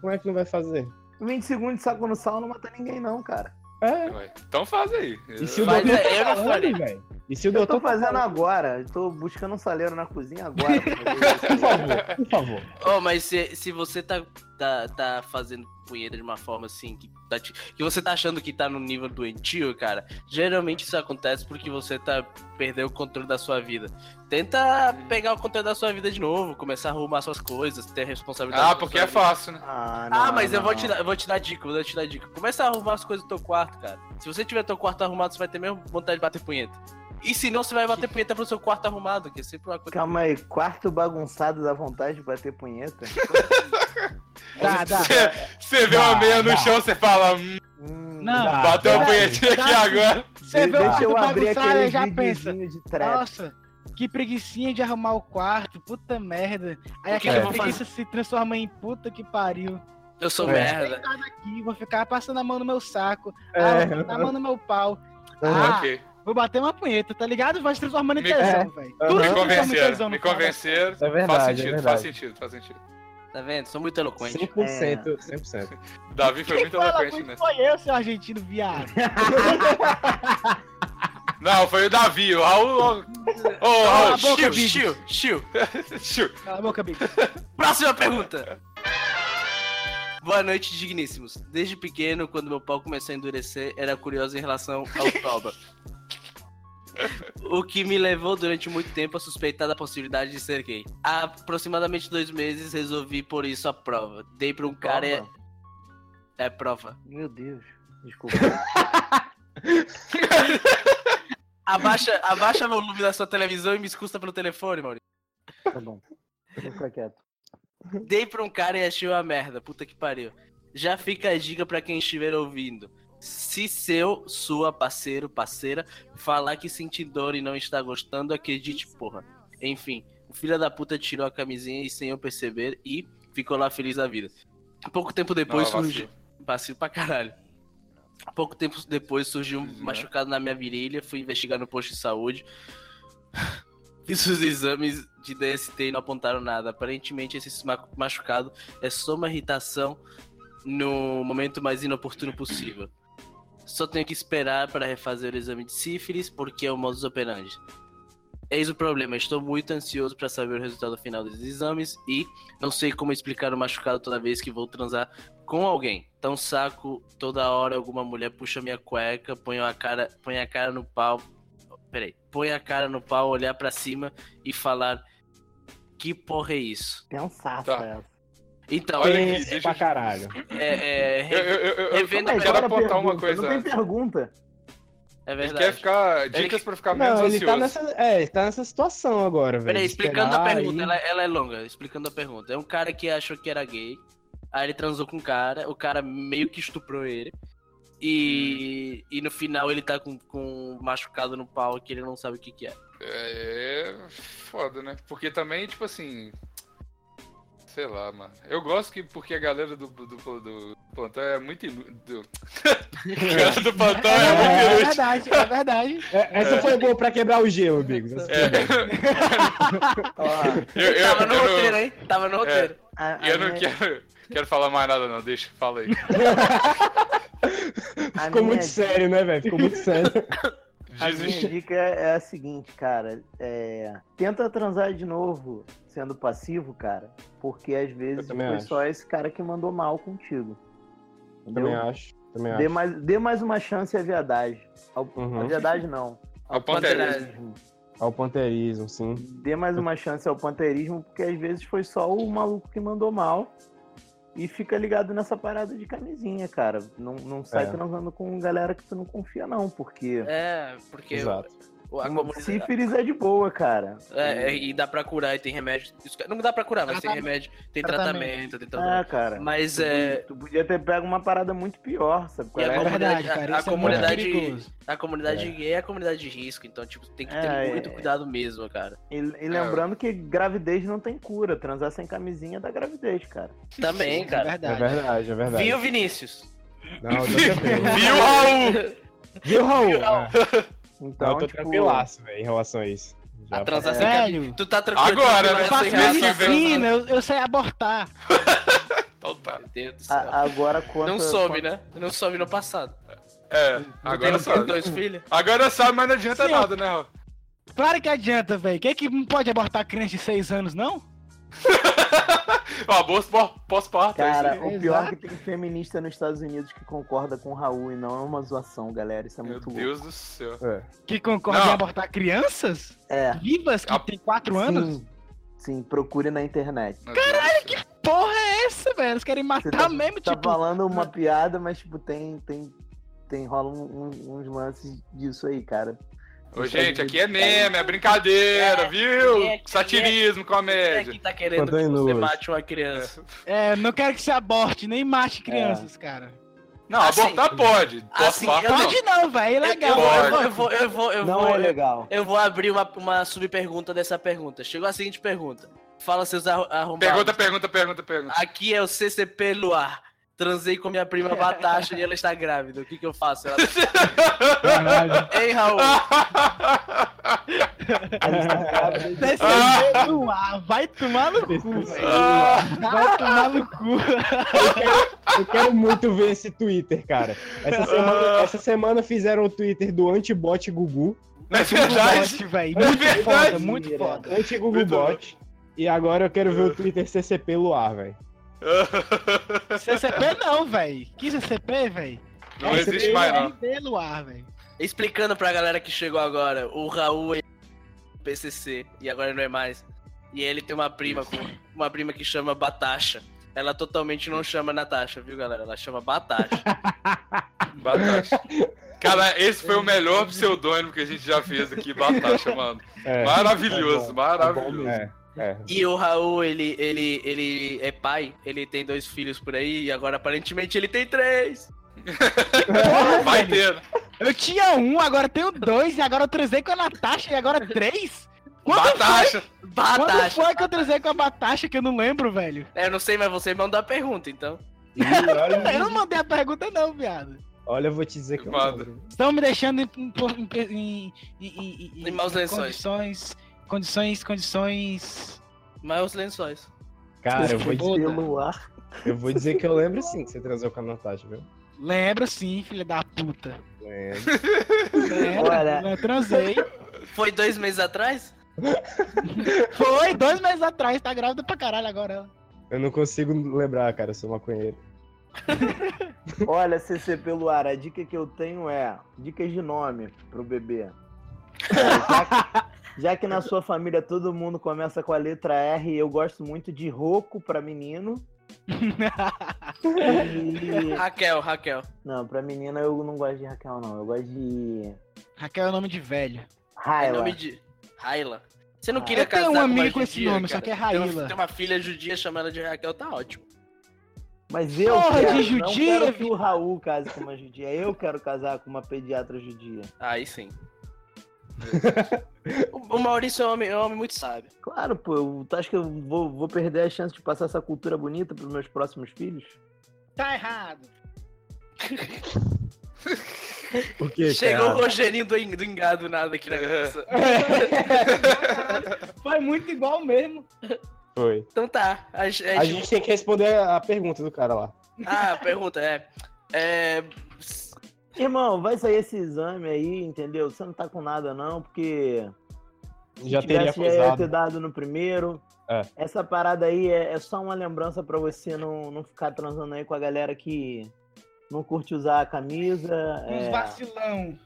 Speaker 5: Como é que não vai fazer?
Speaker 4: 20 segundos de saco no sal não mata ninguém, não, cara.
Speaker 5: *laughs* É.
Speaker 6: Ué, Então faz aí.
Speaker 5: E se o
Speaker 2: Mas
Speaker 5: doutor
Speaker 2: é, eu
Speaker 5: tá
Speaker 2: não falei.
Speaker 5: falando, velho? E se o
Speaker 4: Eu
Speaker 5: doutor
Speaker 4: tô
Speaker 5: tá
Speaker 4: fazendo
Speaker 5: falando?
Speaker 4: agora. Eu tô buscando um saleiro na cozinha
Speaker 5: *laughs*
Speaker 4: agora. pra fazer
Speaker 5: Por
Speaker 4: isso.
Speaker 5: favor, por favor.
Speaker 2: Ô, mas se, se você tá, tá, tá fazendo punheta de uma forma assim que, tá te- que você tá achando que tá num nível doentio, cara, geralmente isso acontece porque você tá perdeu o controle da sua vida. Tenta pegar o controle da sua vida de novo, começar a arrumar suas coisas, ter responsabilidade.
Speaker 6: Ah,
Speaker 2: com
Speaker 6: porque
Speaker 2: sua
Speaker 6: é
Speaker 2: vida.
Speaker 6: fácil, né?
Speaker 4: Ah,
Speaker 2: Ah,
Speaker 4: não,
Speaker 2: mas eu vou
Speaker 4: não.
Speaker 2: te, dar, eu vou te dar dica, vou te dar dica. Começa a arrumar as coisas do teu quarto, cara. Se você tiver teu quarto arrumado, você vai ter mesmo vontade de bater punheta. E se não, você vai bater punheta pro seu quarto arrumado, que é sempre uma coisa.
Speaker 4: Calma aí, quarto bagunçado dá vontade de bater punheta?
Speaker 3: Dá, dá.
Speaker 6: Você vê uma
Speaker 5: Não,
Speaker 6: meia no
Speaker 5: não.
Speaker 6: chão, você fala, hum,
Speaker 4: Hum,
Speaker 3: Não.
Speaker 4: dá-
Speaker 6: bateu
Speaker 3: não.
Speaker 5: Tá.
Speaker 6: a punhetinha aqui
Speaker 3: Não.
Speaker 6: agora.
Speaker 3: Você vê uma
Speaker 4: Deixa eu
Speaker 3: coisa
Speaker 4: abrir
Speaker 3: bagunçada
Speaker 4: aquele
Speaker 3: e já pensa.
Speaker 4: videozinho de trap.
Speaker 3: Nossa, que preguicinha de arrumar o quarto, puta merda. Aí
Speaker 2: O que
Speaker 3: aquela
Speaker 2: que eu vou
Speaker 3: preguiça se transforma em puta que pariu.
Speaker 2: Eu sou
Speaker 5: É.
Speaker 2: merda.
Speaker 3: Tá aqui, vou ficar passando a mão no meu saco, ah, vou
Speaker 5: É,
Speaker 3: passar a mão no meu pau.
Speaker 5: Aham.
Speaker 3: Ah,
Speaker 6: ok.
Speaker 3: vou bater uma punheta, tá ligado? Vai se transformando em
Speaker 6: Me-
Speaker 5: Aham.
Speaker 3: tesão, velho. Tudo
Speaker 6: Me
Speaker 3: se transforma em tesão
Speaker 6: convenceram,
Speaker 3: no
Speaker 6: me
Speaker 3: final das
Speaker 6: convenceram.
Speaker 5: É verdade,
Speaker 6: faz
Speaker 5: é
Speaker 6: sentido,
Speaker 5: verdade.
Speaker 6: faz sentido, faz sentido.
Speaker 2: Tá vendo? Sou muito eloquente.
Speaker 5: 100%, 100%.
Speaker 6: É. Davi foi
Speaker 3: Quem
Speaker 6: muito
Speaker 3: fala
Speaker 6: eloquente
Speaker 3: muito
Speaker 6: nessa.
Speaker 3: foi eu, seu argentino viado.
Speaker 6: Não, foi o Davi, o Raul. Ô, ô,
Speaker 2: Cala a
Speaker 6: Raul,
Speaker 2: boca,
Speaker 6: chiu,
Speaker 2: bicho. Chiu,
Speaker 6: chiu, chiu.
Speaker 3: Cala a boca, bicho.
Speaker 6: *laughs*
Speaker 2: Próxima pergunta. Boa noite, digníssimos. Desde pequeno, quando meu pau começou a endurecer, era curioso em relação *laughs* ao toba. O que me levou durante muito tempo a suspeitar da possibilidade de ser gay. Há aproximadamente dois meses resolvi por isso a prova. Dei pra um cara. e- É prova.
Speaker 4: Meu Deus. Desculpa. *laughs*
Speaker 2: Abaixa, abaixa o volume da sua televisão e me escuta pelo telefone, Maurício.
Speaker 4: Tá bom. Vou ficar quieto.
Speaker 2: *laughs* Dei pra um cara e achei uma merda. Puta que pariu. Já fica a dica pra quem estiver ouvindo. Se seu, sua, parceiro, parceira, falar que sente dor e não está gostando, acredite, porra. Enfim, o filho da puta tirou a camisinha e sem eu perceber e ficou lá feliz da vida. Pouco tempo depois
Speaker 6: Não,
Speaker 2: surgiu. Vacilo pra caralho. Pouco tempo depois surgiu um machucado na minha virilha, fui investigar no posto de saúde. *laughs* Fiz os exames de DST e não apontaram nada. Aparentemente, esse ma- machucado é só uma irritação no momento mais inoportuno possível. Só tenho que esperar para refazer o exame de sífilis, porque é o modus operandi. Eis o problema, estou muito ansioso para saber o resultado final desses exames e não sei como explicar o machucado toda vez que vou transar com alguém. Então saco toda hora alguma mulher puxa minha cueca, põe a cara, põe a cara no pau. Peraí, põe a cara no pau, olhar pra cima e falar que porra é isso?
Speaker 4: Pensaça
Speaker 6: Tá.
Speaker 4: é essa.
Speaker 2: Então,
Speaker 6: Olha aqui,
Speaker 5: Pense
Speaker 6: deixa
Speaker 5: pra
Speaker 6: eu-
Speaker 5: caralho.
Speaker 2: é, é,
Speaker 6: Eu, eu, eu, eu- eu
Speaker 2: Revendo-
Speaker 4: Mas
Speaker 6: quero
Speaker 4: agora
Speaker 6: apontar uma
Speaker 4: pergunta,
Speaker 6: coisa
Speaker 4: Não tem
Speaker 6: antes.
Speaker 4: pergunta.
Speaker 2: é
Speaker 6: Ele
Speaker 2: verdade.
Speaker 6: quer ficar.
Speaker 2: Ele-
Speaker 6: Dicas pra ficar menos
Speaker 5: Não, ele
Speaker 6: ansioso.
Speaker 5: tá nessa, é, ele tá nessa situação agora, velho.
Speaker 2: Peraí, explicando a
Speaker 5: Esperar
Speaker 2: pergunta,
Speaker 5: aí.
Speaker 2: ela, ela é longa, explicando a pergunta. É um cara que achou que era gay, aí ele transou com um cara, o cara meio que estuprou ele. E,
Speaker 6: Hum.
Speaker 2: e no final ele tá com, com um machucado no pau que ele não sabe o que, que é.
Speaker 6: É foda, né? Porque também, tipo assim. Sei lá, mano. Eu gosto que porque a galera do, do, do, do plantão é muito inútil. Do... a galera do plantão é muito
Speaker 3: É, é
Speaker 6: inútil.
Speaker 3: verdade, é verdade.
Speaker 5: É, essa foi boa pra quebrar o gelo, amigos. Essa foi boa.
Speaker 6: É.
Speaker 4: Ó,
Speaker 6: Eu, eu, eu, É,
Speaker 2: Tava no roteiro,
Speaker 6: não,
Speaker 2: hein? Tava no roteiro.
Speaker 4: *laughs* a- a
Speaker 6: eu não
Speaker 4: minha-
Speaker 6: quero, *laughs* quero falar mais nada, não. Deixa, fala aí.
Speaker 4: a minha
Speaker 5: Ficou muito sério, né, velho? Ficou muito sério.
Speaker 4: A minha
Speaker 6: Desiste.
Speaker 4: dica é a seguinte, cara. é, Tenta transar de novo sendo passivo, cara. Porque às vezes
Speaker 5: também
Speaker 4: foi
Speaker 5: acho.
Speaker 4: só esse cara que mandou mal contigo. Entendeu?
Speaker 5: Também acho. Também
Speaker 4: Dê
Speaker 5: acho.
Speaker 4: mais, dê mais uma chance à viadagem. Ao,
Speaker 5: Uhum.
Speaker 4: À viadagem, não.
Speaker 6: Ao é panteirismo.
Speaker 4: panteirismo.
Speaker 5: Ao panteísmo, É sim.
Speaker 4: Dê mais uma chance ao panteirismo, porque às vezes foi só o maluco que mandou mal. E fica ligado nessa parada de camisinha, cara. Não, não sai
Speaker 5: É.
Speaker 4: transando com galera que tu não confia, não, porque.
Speaker 2: É, porque
Speaker 5: Exato.
Speaker 2: o- a comunidade.
Speaker 4: Sífilis é de boa, cara.
Speaker 2: É, é, e dá pra curar e tem remédio. Isso que- Não dá pra curar, mas tem
Speaker 3: Tratamento.
Speaker 2: remédio, tem tratamento,
Speaker 3: Tratamento.
Speaker 2: tem tratamento.
Speaker 4: Ah, cara.
Speaker 2: né? Mas
Speaker 4: Tu podia-
Speaker 2: é.
Speaker 4: Tu podia ter pego uma parada muito pior, sabe? qual
Speaker 2: E a
Speaker 4: é?
Speaker 3: É verdade,
Speaker 2: comunidade- a-
Speaker 3: cara.
Speaker 2: a
Speaker 3: Isso é muito
Speaker 5: comunidade-
Speaker 3: perigoso.
Speaker 2: A comunidade gay é a comunidade de risco, então, tipo, tem que ter
Speaker 4: É,
Speaker 2: muito
Speaker 4: é.
Speaker 2: cuidado mesmo, cara.
Speaker 4: E, e lembrando que gravidez não tem cura. Transar sem camisinha dá gravidez, cara.
Speaker 2: Também,
Speaker 3: É
Speaker 2: cara.
Speaker 5: É
Speaker 3: verdade.
Speaker 5: verdade, é verdade.
Speaker 2: Viu, Vinícius?
Speaker 5: Não, eu tô tranquilo.
Speaker 6: *laughs* Viu, Raul?
Speaker 5: Viu, Raul? Ah,
Speaker 4: Então,
Speaker 5: eu tô
Speaker 4: tipo,
Speaker 5: tranquilaço, velho, em relação a isso.
Speaker 2: *laughs*
Speaker 5: Já
Speaker 2: A transação-
Speaker 5: passei.
Speaker 3: Velho,
Speaker 2: Tu tá tranquilo. tranquilo,
Speaker 6: Agora, né?
Speaker 3: eu
Speaker 2: essa
Speaker 3: faço
Speaker 6: Essa
Speaker 2: relação-
Speaker 6: relação-
Speaker 3: medicina, eu, eu sei abortar.
Speaker 6: Então tá.
Speaker 2: Meu Deus do céu.
Speaker 4: a- agora Ah, quanto...
Speaker 2: Não some, né? Não some no passado.
Speaker 6: É,
Speaker 2: tem
Speaker 6: agora sabe.
Speaker 2: dois filhos.
Speaker 6: Agora sabe, mas não adianta
Speaker 3: Sim, ó.
Speaker 6: nada, né, Raul?
Speaker 3: Claro que adianta, velho. Quem é que não pode abortar criança de 6 anos, não?
Speaker 6: Ó, boas pós- pós-parto. é isso
Speaker 4: Cara,
Speaker 6: aí.
Speaker 4: o pior é que tem feminista nos Estados Unidos que concorda com o Raul e não é uma zoação, galera. Isso é
Speaker 6: Meu
Speaker 4: muito louco.
Speaker 6: Deus do céu.
Speaker 5: É.
Speaker 3: Que concorda
Speaker 6: Não.
Speaker 3: em abortar crianças?
Speaker 4: É.
Speaker 3: Vivas que
Speaker 6: A-
Speaker 3: tem 4 anos?
Speaker 4: Sim, sim, procure na internet.
Speaker 6: Caralho, que
Speaker 3: Porra é essa, velho? Eles querem
Speaker 4: Você
Speaker 3: matar
Speaker 4: tá,
Speaker 3: mesmo,
Speaker 4: tá
Speaker 3: tipo.
Speaker 4: falando uma piada, mas tipo, tem. tem... Tem, rola um- um- uns lances disso aí, cara.
Speaker 6: Ô, gente, aqui é meme, é brincadeira, viu?
Speaker 2: é, aqui
Speaker 6: Satirismo,
Speaker 2: Quem é
Speaker 6: comédia.
Speaker 2: que tá querendo
Speaker 5: Mandou
Speaker 2: que
Speaker 5: em
Speaker 2: você
Speaker 5: nuas.
Speaker 2: mate uma criança?
Speaker 3: É, não quero que se aborte, nem mate crianças, cara.
Speaker 6: Não,
Speaker 2: Assim,
Speaker 6: abortar pode.
Speaker 2: assim,
Speaker 6: Pode,
Speaker 2: eu-
Speaker 6: não.
Speaker 3: Pode não, velho. É legal.
Speaker 2: Eu vou, eu vou, eu vou, eu
Speaker 4: Não
Speaker 2: vou,
Speaker 4: é legal.
Speaker 2: eu vou abrir uma, uma subpergunta dessa pergunta. Chegou a seguinte pergunta. Fala seus arro- arrombados.
Speaker 6: Pergunta, pergunta, pergunta, pergunta.
Speaker 2: Aqui é o CCP Luar. Transei com minha prima Batasha e ela está grávida. O que, que eu faço? Ela... tá-
Speaker 3: Caralho.
Speaker 2: Ei, Raul.
Speaker 6: Ah!
Speaker 2: Ah.
Speaker 4: tá
Speaker 6: *laughs*
Speaker 5: *laughs*
Speaker 3: CCB no ar. Vai tomar no
Speaker 5: É.
Speaker 3: cu, velho.
Speaker 6: Ah,
Speaker 3: Vai tomar no cu.
Speaker 5: Eu quero muito ver esse Twitter, cara. Essa semana, essa semana fizeram o Twitter do Antibot Gugu.
Speaker 6: Não é verdade?
Speaker 3: Bot, velho.
Speaker 6: É
Speaker 3: Muito
Speaker 6: verdade.
Speaker 3: foda, muito foda.
Speaker 5: Anti-Gugu
Speaker 6: Muito bom.
Speaker 5: Bot. E agora eu quero ver o Twitter CCP Luar, velho.
Speaker 3: CCP não, velho. Que CCP, velho?
Speaker 6: *laughs* Não
Speaker 5: É,
Speaker 6: existe mais, não.
Speaker 3: CCP no ar, velho.
Speaker 2: Explicando pra galera que chegou agora, o Raul é PCC e agora não é mais. E ele tem uma prima, com, uma prima que chama Batasha. Ela totalmente não chama Natasha, viu, galera? Ela chama Batasha.
Speaker 5: *laughs*
Speaker 6: Batata. Cara, esse foi o melhor pseudônimo que a gente já fez aqui, Batata, mano.
Speaker 5: É,
Speaker 6: Maravilhoso, maravilhoso.
Speaker 5: é, é.
Speaker 2: E o Raul, ele, ele, ele é pai, ele tem dois filhos por aí e agora aparentemente ele tem três.
Speaker 6: É. Vai ter.
Speaker 3: Eu tinha um, agora tenho dois, e agora eu transei com a Natasha, e agora três? Quando
Speaker 6: Batata.
Speaker 3: foi, quando
Speaker 2: Batasha.
Speaker 3: foi que eu transei com a Batasha, que eu não lembro, velho?
Speaker 2: É, eu não sei, mas você mandou a pergunta, então.
Speaker 5: E olha,
Speaker 3: Eu não mandei a pergunta não, viado.
Speaker 5: olha, eu vou te dizer que eu
Speaker 6: Mano.
Speaker 5: lembro.
Speaker 3: Estão me deixando em, em, em, em- em-
Speaker 2: Em maus lençóis.
Speaker 3: condições, condições, condições...
Speaker 2: Mas os lençóis.
Speaker 5: Cara, eu vou, dizer,
Speaker 4: Pelo ar.
Speaker 5: eu vou dizer que eu lembro sim que você transou com a Natasha, viu? É.
Speaker 3: Lembro sim, filha da puta.
Speaker 5: Lembro.
Speaker 3: Lembro,
Speaker 4: Olha.
Speaker 3: eu transei.
Speaker 2: Foi dois meses atrás?
Speaker 3: Foi, dois meses atrás, tá grávida pra caralho agora ela.
Speaker 5: Eu não consigo lembrar, cara, eu sou maconheiro.
Speaker 4: Olha, CCP Luar, a dica que eu tenho é dicas de nome pro bebê. É, já, que, já que na sua família todo mundo começa com a letra R, eu gosto muito de Roco pra menino.
Speaker 3: É.
Speaker 4: E-
Speaker 2: Raquel, Raquel.
Speaker 4: Não, pra menina eu não gosto de Raquel, não. Eu gosto de
Speaker 3: Raquel é o nome de velho.
Speaker 2: É
Speaker 4: Raila.
Speaker 2: nome de. Raila. Você não
Speaker 4: Ah,
Speaker 2: queria
Speaker 3: eu tenho
Speaker 2: casar
Speaker 3: um
Speaker 2: com
Speaker 3: amigo
Speaker 2: uma
Speaker 3: com esse
Speaker 2: judia,
Speaker 3: nome, só
Speaker 2: cara?
Speaker 3: que é Raíla.
Speaker 2: Tem uma- Tem uma filha judia chamada de Raquel, tá ótimo.
Speaker 4: Mas eu
Speaker 3: Porra
Speaker 4: quero,
Speaker 3: de
Speaker 4: não
Speaker 3: judia,
Speaker 4: quero que
Speaker 3: Vitor.
Speaker 4: o Raul case com uma judia. Eu quero casar com uma pediatra judia.
Speaker 2: Aí
Speaker 3: *laughs*
Speaker 2: sim. o o Maurício é um homem, é um homem muito sábio.
Speaker 4: Claro, pô. eu- Tu acha que eu vou, vou perder a chance de passar essa cultura bonita pros meus próximos filhos?
Speaker 3: Tá errado.
Speaker 5: Por quê,
Speaker 3: é?
Speaker 2: Chegou o
Speaker 5: cara?
Speaker 2: Rogerinho do, en- do Engado nada aqui na
Speaker 5: É.
Speaker 2: cabeça.
Speaker 3: Tá Foi muito igual mesmo.
Speaker 5: Foi.
Speaker 2: Então tá. A, ge- a
Speaker 5: A
Speaker 2: gente-
Speaker 5: gente tem que responder a pergunta do cara lá.
Speaker 2: Ah, a pergunta é. É. s-
Speaker 4: Irmão, vai sair esse exame aí, entendeu? Você não tá com nada, não, porque. se
Speaker 5: Já teria
Speaker 4: tivesse, já ia ter
Speaker 5: acusado.
Speaker 4: dado no primeiro.
Speaker 5: É.
Speaker 4: Essa parada aí é, é só uma lembrança pra você não, não ficar transando aí com a galera que não curte usar a camisa.
Speaker 3: Uns
Speaker 4: é.
Speaker 3: vacilão.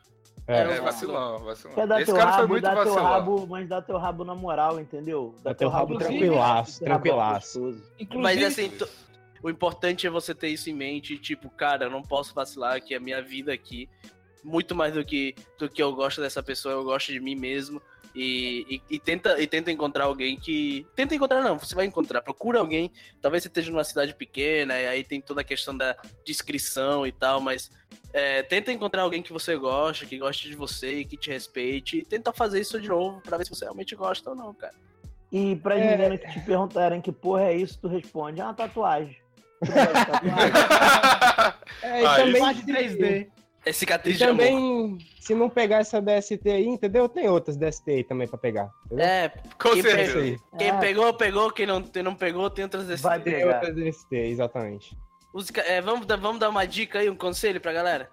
Speaker 5: É,
Speaker 6: É, vacilão, vacilão.
Speaker 4: Quer dar
Speaker 6: Esse
Speaker 4: teu
Speaker 6: cara foi
Speaker 4: rabo,
Speaker 6: muito
Speaker 4: dá teu
Speaker 6: *laughs* vacilão.
Speaker 4: rabo, mas dá teu rabo na moral, entendeu?
Speaker 5: Dá teu rabo
Speaker 4: direito,
Speaker 5: tranquilaço,
Speaker 4: teu rabo
Speaker 5: tranquilaço.
Speaker 4: gostoso.
Speaker 3: Inclusive,
Speaker 2: Mas assim, to- o importante é você ter isso em mente, tipo, cara, eu não posso vacilar que a minha vida aqui, muito mais do que do que eu gosto dessa pessoa, eu gosto de mim mesmo. E, e- e tenta, e tenta encontrar alguém que. Tenta encontrar, não, você vai encontrar. Procura alguém. Talvez você esteja numa cidade pequena, e aí tem toda a questão da descrição e tal, mas é, tenta encontrar alguém que você gosta, que goste de você, que te respeite. E tenta fazer isso de novo pra ver se você realmente gosta ou não, cara.
Speaker 4: E pra
Speaker 5: É.
Speaker 4: meninas que te perguntarem que porra é isso, tu responde, é uma tatuagem. *laughs* Tu gosta de tatuagem?
Speaker 5: É,
Speaker 4: então
Speaker 6: Ah,
Speaker 5: e
Speaker 3: parte
Speaker 5: também,
Speaker 3: 3D.
Speaker 2: É cicatriz
Speaker 5: e
Speaker 2: de amor.
Speaker 5: também, se não pegar essa DST aí, entendeu? Tem outras DST aí também pra pegar. Entendeu?
Speaker 2: É,
Speaker 6: Com
Speaker 2: Quem
Speaker 5: É isso
Speaker 6: certeza.
Speaker 5: aí.
Speaker 2: Quem
Speaker 4: É.
Speaker 2: pegou, pegou. Quem não, quem não pegou, tem outras decisões.
Speaker 4: Vai
Speaker 5: Tem
Speaker 4: pegar.
Speaker 5: outras DST, exatamente.
Speaker 2: Os ca- é, vamos, dar, vamos dar uma dica aí, um conselho pra galera?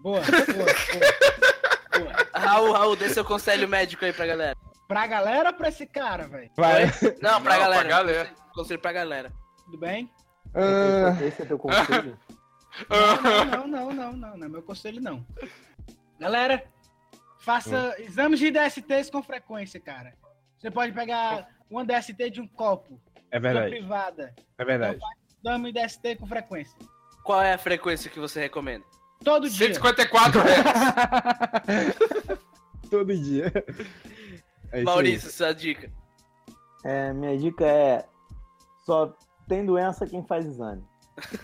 Speaker 3: Boa, boa, boa. boa.
Speaker 2: Raul, Raul, dê seu conselho médico aí pra galera.
Speaker 3: Pra galera ou pra esse cara, velho?
Speaker 5: Vai.
Speaker 2: Não, pra
Speaker 6: Não,
Speaker 2: galera.
Speaker 6: pra galera.
Speaker 2: Conselho, conselho pra galera.
Speaker 3: Tudo bem?
Speaker 5: Ah,
Speaker 4: Esse é teu conselho?
Speaker 3: Não, não, não, não, não, não é meu conselho, não. Galera, faça exames de DSTs com frequência, cara. Você pode pegar uma DST de um copo,
Speaker 5: é
Speaker 3: da
Speaker 5: verdade,
Speaker 3: privada.
Speaker 5: é verdade.
Speaker 3: Exame DST com frequência.
Speaker 2: Qual é a frequência que você recomenda?
Speaker 6: *laughs*
Speaker 3: Todo dia.
Speaker 6: 154 reais.
Speaker 5: *laughs* Todo dia. É isso
Speaker 2: Maurício, sua dica.
Speaker 4: É, minha dica é, só tem doença quem faz exame.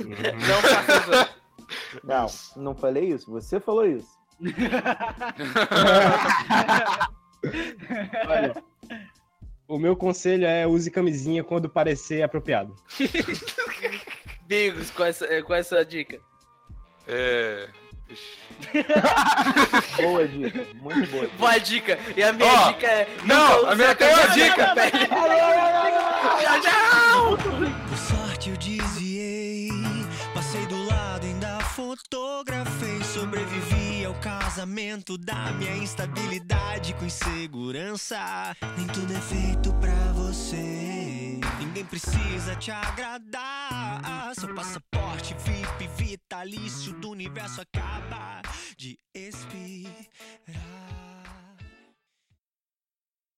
Speaker 2: Não passa.
Speaker 4: Não, não falei isso. Você falou isso.
Speaker 5: Olha, o meu conselho é use camisinha quando parecer apropriado. *laughs*
Speaker 2: Bigos com essa, eh, com essa dica.
Speaker 6: É.
Speaker 4: Boa dica. Muito boa.
Speaker 2: Boa dica. E a minha
Speaker 6: Ó,
Speaker 2: dica é.
Speaker 6: não, a minha
Speaker 2: usa
Speaker 6: tem uma
Speaker 2: camisa
Speaker 6: dica.
Speaker 2: velha. Tchau, tchau.
Speaker 1: Por sorte eu desviei, passei do lado, ainda fotografei. Sobrevivi ao casamento da minha instabilidade com insegurança. Nem tudo é feito pra você, ninguém precisa te agradar. Seu passaporte VIP vitalício do universo acaba de expirar.